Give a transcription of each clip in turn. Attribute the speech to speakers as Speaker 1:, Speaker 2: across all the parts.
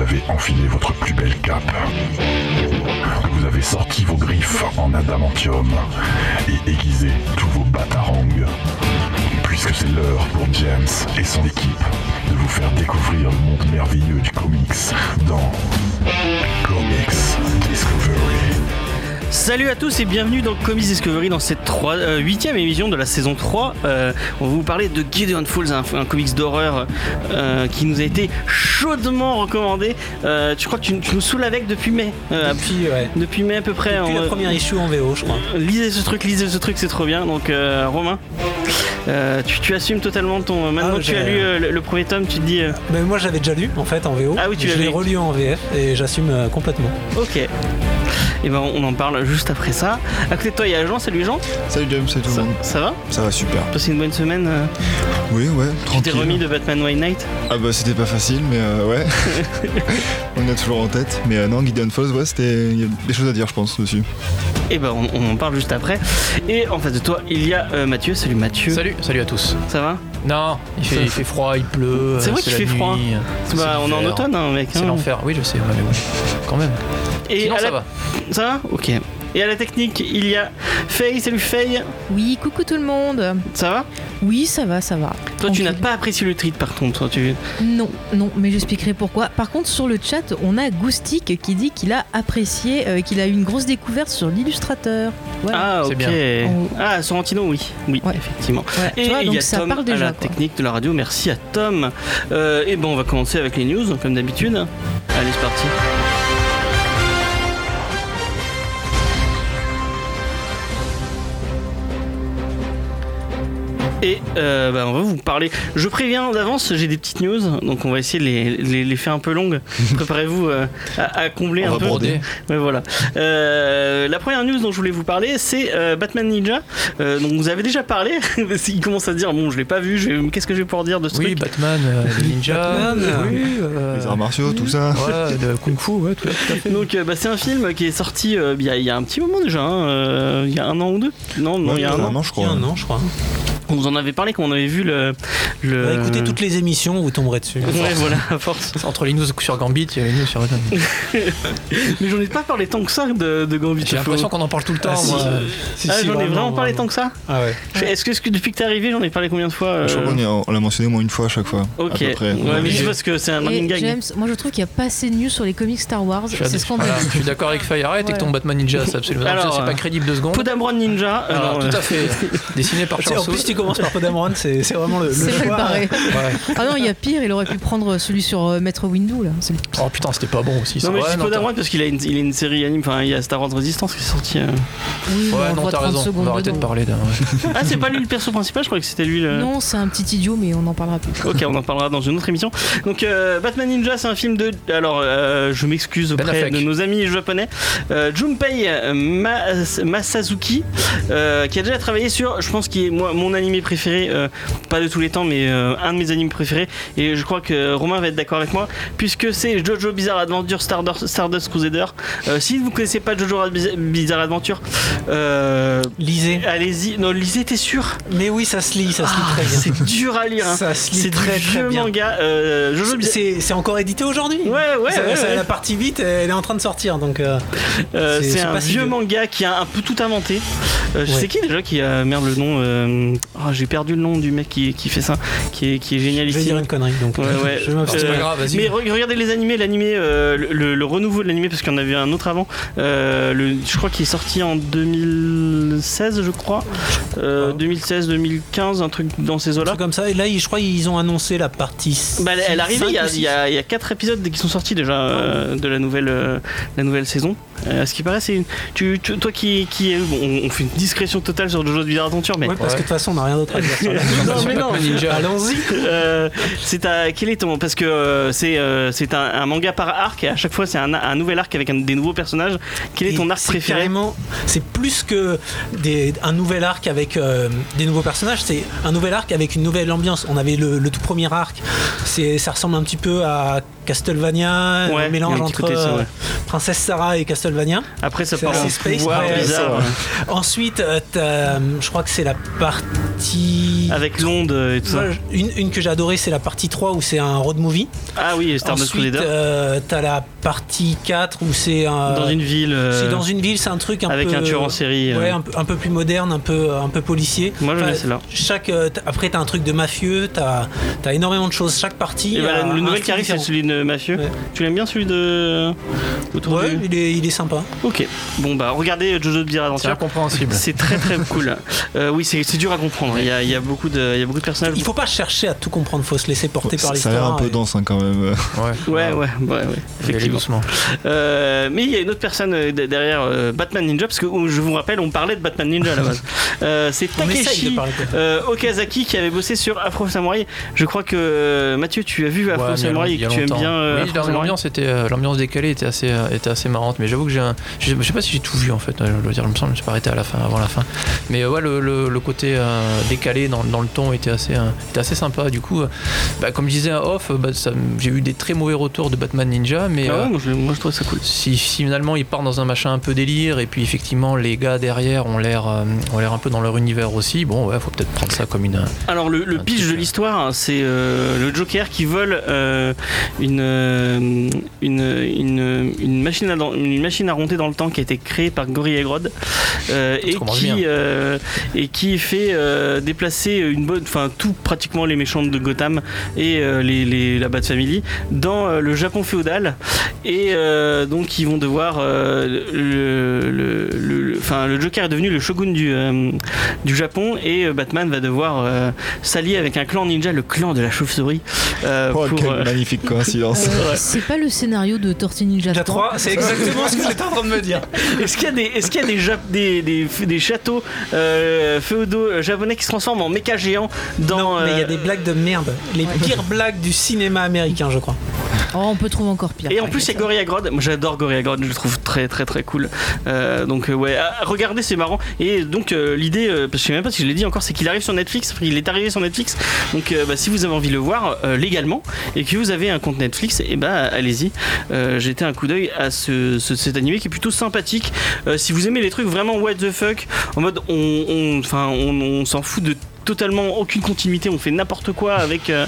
Speaker 1: avez enfilé votre plus belle cape, que vous avez sorti vos griffes en adamantium et aiguisé tous vos batarangs, puisque c'est l'heure pour James et son équipe de vous faire découvrir le monde merveilleux du comics dans Comics Discovery.
Speaker 2: Salut à tous et bienvenue dans Comics Discovery dans cette 3, euh, 8e émission de la saison 3. Euh, on va vous parler de Gideon Falls, un, un comics d'horreur euh, qui nous a été chaudement recommandé. Euh, tu crois que tu, tu nous saoules avec depuis mai euh,
Speaker 3: Depuis, ouais.
Speaker 2: Depuis mai à peu près.
Speaker 3: Depuis
Speaker 2: on-
Speaker 3: la première issue en VO, je crois.
Speaker 2: Lisez ce truc, lisez ce truc, c'est trop bien. Donc euh, Romain, euh, tu, tu assumes totalement ton... Maintenant
Speaker 3: Ah,
Speaker 2: que tu as
Speaker 3: j'ai-
Speaker 2: lu euh, le, le premier tome, tu te dis... euh,
Speaker 3: Mais moi, j'avais déjà lu en fait en VO.
Speaker 2: Ah oui, tu
Speaker 3: Je
Speaker 2: l'avais
Speaker 3: l'ai
Speaker 2: lu.
Speaker 3: relu en VF et j'assume euh, complètement.
Speaker 2: ok. Et ben on en parle juste après ça. À côté de toi, il y a Jean. Salut Jean.
Speaker 4: Salut James, salut tout le
Speaker 2: Ça,
Speaker 4: monde.
Speaker 2: ça va
Speaker 4: Ça va super.
Speaker 2: Passez une bonne semaine. euh,
Speaker 4: Oui, ouais,
Speaker 2: Tu t'es
Speaker 4: tranquille.
Speaker 2: remis de Batman White Knight
Speaker 4: Ah bah c'était pas facile, mais euh, ouais. on l'a toujours en tête. Mais euh, non, Gideon Falls, ouais, c'était. Il y a des choses à dire, je pense, dessus.
Speaker 2: Et ben on, on en parle juste après. Et en face de toi, il y a euh, Mathieu. Salut Mathieu.
Speaker 5: Salut, salut à tous.
Speaker 2: Ça va
Speaker 5: Non, il
Speaker 2: Ça-
Speaker 5: fait, il fait froid, il pleut.
Speaker 2: C'est
Speaker 5: euh,
Speaker 2: vrai qu'il
Speaker 5: la
Speaker 2: fait
Speaker 5: nuit,
Speaker 2: froid.
Speaker 5: euh, c'est
Speaker 2: Bah, on est en
Speaker 5: l'enfer.
Speaker 2: automne, hein, mec.
Speaker 5: C'est
Speaker 2: hein.
Speaker 5: l'enfer, oui, je sais, ouais, mais bon, quand même.
Speaker 2: Et
Speaker 5: Sinon,
Speaker 2: à
Speaker 5: ça
Speaker 2: la-
Speaker 5: va.
Speaker 2: Ça va Ok. Et à la technique, il y a Faye. Salut Faye.
Speaker 6: Oui, coucou tout le monde.
Speaker 2: Ça va
Speaker 6: Oui, ça va, ça va.
Speaker 2: Toi, tu
Speaker 6: Tranquille.
Speaker 2: n'as pas apprécié le treat, par contre. Toi, tu...
Speaker 6: Non, non, mais j'expliquerai pourquoi. Par contre, sur le chat, on a Goustic qui dit qu'il a apprécié, euh, qu'il a eu une grosse découverte sur l'illustrateur.
Speaker 2: Ah,
Speaker 6: Voilà.
Speaker 5: c'est
Speaker 2: ok.
Speaker 6: Oh.
Speaker 2: Ah, Sorrentino, oui. Oui,
Speaker 6: Ouais.
Speaker 2: effectivement.
Speaker 6: Ouais, tu
Speaker 2: Et
Speaker 6: vois,
Speaker 2: il y
Speaker 6: donc
Speaker 2: a
Speaker 6: ça
Speaker 2: Tom
Speaker 6: parle déjà.
Speaker 2: à la
Speaker 6: quoi.
Speaker 2: technique de la radio. Merci à Tom. Euh, et bon, on va commencer avec les news, comme d'habitude. Allez, c'est parti. Et euh, bah, on va vous parler. Je préviens d'avance, j'ai des petites news, donc on va essayer de les, les- les faire un peu longues. Préparez-vous euh, à, à combler
Speaker 4: On
Speaker 2: un
Speaker 4: va
Speaker 2: peu.
Speaker 4: broder.
Speaker 2: Ouais, voilà. Euh, la première news dont je voulais vous parler, c'est euh, Batman Ninja. Euh, dont vous avez déjà parlé. Il commence à se dire bon, je l'ai pas vu. je vais- Qu'est-ce que je vais pouvoir dire de ce
Speaker 5: Oui,
Speaker 2: truc
Speaker 5: Batman, euh, les ninjas.
Speaker 3: Batman,
Speaker 5: oui, euh,
Speaker 4: Les arts martiaux, tout ça.
Speaker 5: Ouais, de Kung Fu, ouais, tout, tout à fait.
Speaker 2: Donc, euh, bah, c'est un film qui est sorti euh, il y, a- il y a un petit moment déjà. hein, euh, Il y a un an ou deux. Non, non,
Speaker 4: Ouais,
Speaker 2: il y a un an.
Speaker 4: je
Speaker 3: Il y
Speaker 4: crois.
Speaker 3: a un an, je crois.
Speaker 2: On vous en avait parlé quand on avait vu le. le...
Speaker 3: Bah, écoutez toutes les émissions, vous tomberez dessus.
Speaker 2: Euh, Ouais, voilà, à force.
Speaker 5: Entre les news sur Gambit et les news sur Batman.
Speaker 2: Mais j'en ai pas parlé tant que ça de, de Gambit.
Speaker 5: J'ai l'impression qu'on en parle tout le temps,
Speaker 3: Ah, si,
Speaker 5: moi.
Speaker 3: euh, si,
Speaker 2: Ah,
Speaker 3: si,
Speaker 2: j'en ai vraiment parlé tant
Speaker 3: vraiment.
Speaker 2: que ça
Speaker 3: Ah ouais.
Speaker 2: Je- Est-ce que, est-ce que depuis que t'es arrivé, j'en ai parlé combien de fois euh,
Speaker 4: Je crois qu'on y a- on l'a mentionné au moins une fois à chaque fois.
Speaker 2: Ok,
Speaker 4: À peu près.
Speaker 2: ouais, mais
Speaker 5: Ouais.
Speaker 2: juste parce que c'est un running
Speaker 6: Et
Speaker 2: gag.
Speaker 6: James, moi je trouve qu'il y a pas assez de news sur les comics Star Wars.
Speaker 5: Je suis
Speaker 6: C'est
Speaker 5: ad-
Speaker 6: ce qu'on a
Speaker 5: voilà, je suis d'accord avec Fire arrête et que ton Batman Ninja, c'est absolument.
Speaker 2: Alors,
Speaker 5: ça, c'est
Speaker 2: euh,
Speaker 5: pas crédible deux secondes.
Speaker 2: Podamron Ninja. euh,
Speaker 5: Alors,
Speaker 2: non, euh,
Speaker 5: tout à fait. Dessiné par
Speaker 3: Tu sais,
Speaker 5: Charles
Speaker 3: en
Speaker 5: Soule.
Speaker 3: plus, tu commences par Podamron, c'est c'est vraiment le, le
Speaker 6: C'est mal
Speaker 3: choix.
Speaker 6: barré.
Speaker 5: Ouais.
Speaker 6: Ah non, il y a pire, il aurait pu prendre celui sur euh, Maître Windu là. C'est le pire.
Speaker 5: Oh putain, c'était pas bon aussi. ça.
Speaker 2: Non mais
Speaker 5: Ouais,
Speaker 2: je dis
Speaker 5: non,
Speaker 2: pas
Speaker 5: t'as-
Speaker 2: d'Amroid parce qu'il a, une- il a une série anime, enfin il y a Star Wars Resistance qui est sorti. euh.
Speaker 6: Oui, mais
Speaker 5: Ouais,
Speaker 6: on
Speaker 5: non,
Speaker 6: voit
Speaker 5: t'as
Speaker 6: 30
Speaker 5: raison. On
Speaker 6: secondes
Speaker 5: va arrêter de
Speaker 6: dedans.
Speaker 5: parler d'un. ouais.
Speaker 2: Ah c'est pas lui le perso principal, je crois que c'était lui le...
Speaker 6: Non, c'est un petit idiot, mais on en parlera plus.
Speaker 2: Ok, on en parlera dans une autre émission. Donc euh, Batman Ninja, c'est un film de... Alors euh, je m'excuse
Speaker 5: Ben
Speaker 2: auprès
Speaker 5: Affleck.
Speaker 2: de nos amis japonais. Euh, Junpei Mas- Masazuki, euh, qui a déjà travaillé sur, je pense, qui est moi, mon animé préféré, euh, pas de tous les temps, mais euh, un de mes animés préférés. Et je crois que Romain va être d'accord avec moi, puisque c'est Jojo Bizarre Adventure Stardust, Stardust Crusader. Euh, si vous connaissez pas Jojo Biz- Bizarre Adventure, euh,
Speaker 3: Lisez.
Speaker 2: allez-y. Non, lisez, t'es sûr
Speaker 3: Mais oui, ça se lit, ça se lit
Speaker 2: Ah,
Speaker 3: très bien.
Speaker 2: C'est dur à lire. hein.
Speaker 3: Ça se lit
Speaker 2: C'est du
Speaker 3: très très
Speaker 2: vieux
Speaker 3: bien.
Speaker 2: manga. Euh, Jojo Bizarre.
Speaker 3: C'est c'est encore édité aujourd'hui.
Speaker 2: Ouais, ouais,
Speaker 3: Ça-
Speaker 2: ouais,
Speaker 3: ça-
Speaker 2: ouais.
Speaker 3: La partie vite, elle est en train de sortir, donc. euh,
Speaker 2: Euh,
Speaker 3: c'est-
Speaker 2: c'est
Speaker 3: c'est
Speaker 2: un
Speaker 3: pas si
Speaker 2: vieux
Speaker 3: vieux.
Speaker 2: manga qui a un peu tout inventé. Euh, je
Speaker 3: Ouais.
Speaker 2: sais qui déjà qui a merde le nom. euh, oh, j'ai perdu le nom du mec qui, qui fait ça, qui est, qui est génial
Speaker 3: Je vais
Speaker 2: ici.
Speaker 3: dire une connerie, donc.
Speaker 2: Ouais,
Speaker 3: euh,
Speaker 2: ouais.
Speaker 3: Je m'abstiens.
Speaker 5: C'est
Speaker 2: Euh,
Speaker 5: pas grave, vas-y.
Speaker 2: Mais re- regardez les animés, l'animé, euh, le, le- le renouveau de l'animé parce qu'il y en avait un autre avant. Euh, le, je crois qu'il est sorti en 2016, je crois, Euh, 2016-2015, un truc dans ces
Speaker 3: Un
Speaker 2: eaux-là.
Speaker 3: truc comme ça. Et là, ils- je crois qu'ils ont annoncé la partie.
Speaker 2: Bah, elle- elle arrive, il
Speaker 3: arrivée
Speaker 2: y, a- il y a- il y a quatre épisodes qui sont sortis déjà euh,
Speaker 3: Oh.
Speaker 2: de la nouvelle, euh, la nouvelle saison. Euh, à ce qui paraît, c'est une- tu, tu- toi qui, qui est, bon, on- on fait une discrétion totale sur Jojo de Bizarre Adventure, mais
Speaker 3: Ouais, parce que de toute façon, on n'a rien d'autre à dire. sur la-
Speaker 2: non, mais non.
Speaker 5: Batman Ninja.
Speaker 3: Allons-y.
Speaker 2: Euh, c'est à quel est ton parce que euh, c'est euh, c'est un, un manga par arc et à chaque fois c'est un, un nouvel arc avec un- des nouveaux personnages. Quel est ton
Speaker 3: Et
Speaker 2: arc
Speaker 3: c'est
Speaker 2: préféré
Speaker 3: carrément- C'est plus que des- un nouvel arc avec euh, des nouveaux personnages, c'est un nouvel arc avec une nouvelle ambiance. On avait le, le tout premier arc c'est ça ressemble un petit peu à Castlevania,
Speaker 2: Ouais,
Speaker 3: un mélange
Speaker 2: il y a un petit
Speaker 3: entre
Speaker 2: côté de ça,
Speaker 3: euh,
Speaker 2: ouais.
Speaker 3: Princesse Sarah et Castlevania.
Speaker 2: Après, ça
Speaker 3: C'est
Speaker 2: part en
Speaker 3: assez space,
Speaker 2: pouvoir
Speaker 3: mais, euh,
Speaker 2: bizarre.
Speaker 4: ça,
Speaker 3: Ensuite, euh, t'as, euh, je crois que c'est la partie.
Speaker 2: Avec l'onde et tout ça.
Speaker 3: Moi, je- Une, une que j'ai adorée, c'est la partie 3 où c'est un road movie.
Speaker 2: Ah oui, Star Master
Speaker 3: Ensuite, euh, t'as la partie 4 où c'est un.
Speaker 2: dans une ville. euh,
Speaker 3: c'est dans une ville, c'est un truc un
Speaker 2: avec
Speaker 3: peu.
Speaker 2: un tueur en série. euh.
Speaker 3: Ouais, un, peu- un peu plus moderne, un peu, un peu policier.
Speaker 2: Moi, j'en ai
Speaker 3: Enfin,
Speaker 2: celle-là.
Speaker 3: chaque, euh, t- après, t'as un truc de mafieux, t'as as énormément de choses. Chaque partie.
Speaker 2: Et bah,
Speaker 3: a
Speaker 2: le- le
Speaker 3: un
Speaker 2: nouvel
Speaker 3: style
Speaker 2: qui arrive, c'est
Speaker 3: différent.
Speaker 2: celui de Mafieux.
Speaker 3: Ouais.
Speaker 2: Tu l'aimes bien celui de. Autour
Speaker 3: Ouais,
Speaker 2: du-
Speaker 3: il est, il est sympa.
Speaker 2: Ok. Bon, bah, regardez Jojo de Bizarre
Speaker 5: C'est
Speaker 2: Adventure.
Speaker 5: incompréhensible.
Speaker 2: C'est très très cool. Euh, oui, c'est c'est dur à comprendre. Il y a, il y a beaucoup de, il y a beaucoup de personnages.
Speaker 3: Il faut pas chercher à tout comprendre, faut se laisser porter par
Speaker 4: Ça,
Speaker 3: l'histoire.
Speaker 4: a l'air un peu
Speaker 3: et-
Speaker 4: dense hein, quand même.
Speaker 5: Ouais, Bah,
Speaker 2: Ouais, ouais, ouais, ouais,
Speaker 5: Faut y aller
Speaker 2: effectivement.
Speaker 5: doucement.
Speaker 2: Euh, mais il y a une autre personne euh, de- derrière euh, Batman Ninja, parce que oh, je vous rappelle, on parlait de Batman Ninja à la base. Euh, c'est
Speaker 3: On essaye de
Speaker 2: Takeshi
Speaker 3: parler de-
Speaker 2: euh, Okazaki qui avait bossé sur Afro Samurai. Je crois que euh, Mathieu, tu as vu Afro
Speaker 5: Ouais, mais
Speaker 2: Samurai
Speaker 5: il y
Speaker 2: et
Speaker 5: a
Speaker 2: que tu aimes
Speaker 5: longtemps.
Speaker 2: bien euh,
Speaker 5: oui,
Speaker 2: Afro
Speaker 5: dans
Speaker 2: Samurai.
Speaker 5: l'ambiance était euh, l'ambiance décalée était assez euh, était assez marrante mais j'avoue que j'ai un je je sais pas si j'ai tout vu en fait euh, je dois dire je me semble je me suis pas arrêté à la fin avant la fin mais euh, ouais le, le- le côté euh, décalé dans, dans le ton était assez euh, était assez sympa du coup euh, bah, comme je disais à off euh, bah, ça- j'ai eu des très mauvais retours de Batman Ninja mais
Speaker 2: Ah ouais,
Speaker 5: euh,
Speaker 2: moi, je, moi je trouve ça cool.
Speaker 5: si, si finalement ils partent dans un machin un peu délire et puis effectivement les gars derrière ont l'air euh, ont l'air un peu dans leur univers aussi bon ouais faut peut-être prendre ça comme une euh,
Speaker 2: Alors le, le
Speaker 5: Un
Speaker 2: pitch
Speaker 5: truc,
Speaker 2: de
Speaker 5: euh.
Speaker 2: l'histoire, hein, c'est euh, le Joker qui vole euh, une, euh, une, une, une machine à, dan- une machine à ronter dans le temps qui a été créée par Gory Egrod euh, et,
Speaker 5: commence
Speaker 2: qui,
Speaker 5: bien.
Speaker 2: euh, et qui fait euh, déplacer une bonne, enfin tout pratiquement les méchants de Gotham et euh, les, les- la Bat Family dans euh, le Japon féodal et euh, donc ils vont devoir euh, le, le, le- le- enfin, le Joker est devenu le shogun du, euh, du Japon et euh, Batman va devoir euh, s'allier avec un clan ninja, le clan de la chauve-souris. euh,
Speaker 4: Oh,
Speaker 2: pour,
Speaker 4: quelle
Speaker 2: euh,
Speaker 4: magnifique coïncidence.
Speaker 6: Euh, c'est pas le scénario de Tortue Ninja
Speaker 3: La
Speaker 6: 3.
Speaker 3: 3, c'est exactement ce que j'étais en train de me dire.
Speaker 2: Est-ce qu'il y a des, est-ce qu'il y a des, Jap- des, des- des châteaux euh, féodaux japonais qui se transforment en méca géants dans
Speaker 3: Non, mais il y a
Speaker 2: euh,
Speaker 3: des blagues de merde. Les pires blagues du cinéma américain, je crois.
Speaker 6: Oh, on peut trouver encore pire.
Speaker 2: Et en plus, c'est Gorilla Grodd. Moi, j'adore Gorilla Grodd. Je le trouve très, très, très cool. Euh, donc, euh, ouais, ah, regardez, c'est marrant. Et donc, euh, l'idée, euh, parce que je sais même pas si je l'ai dit encore, c'est qu'il arrive sur Netflix. Enfin, Il est arrivé sur Netflix. Donc, euh, bah, si vous avez envie de le voir euh, légalement et que vous avez un compte Netflix, et bah, allez-y. Euh, Jetez un coup d'œil à ce, ce- cet animé qui est plutôt sympathique. Euh, si vous aimez les trucs vraiment what the fuck, en mode, on, on- enfin, on, on s'en fout de totalement aucune continuité, on fait n'importe quoi avec euh,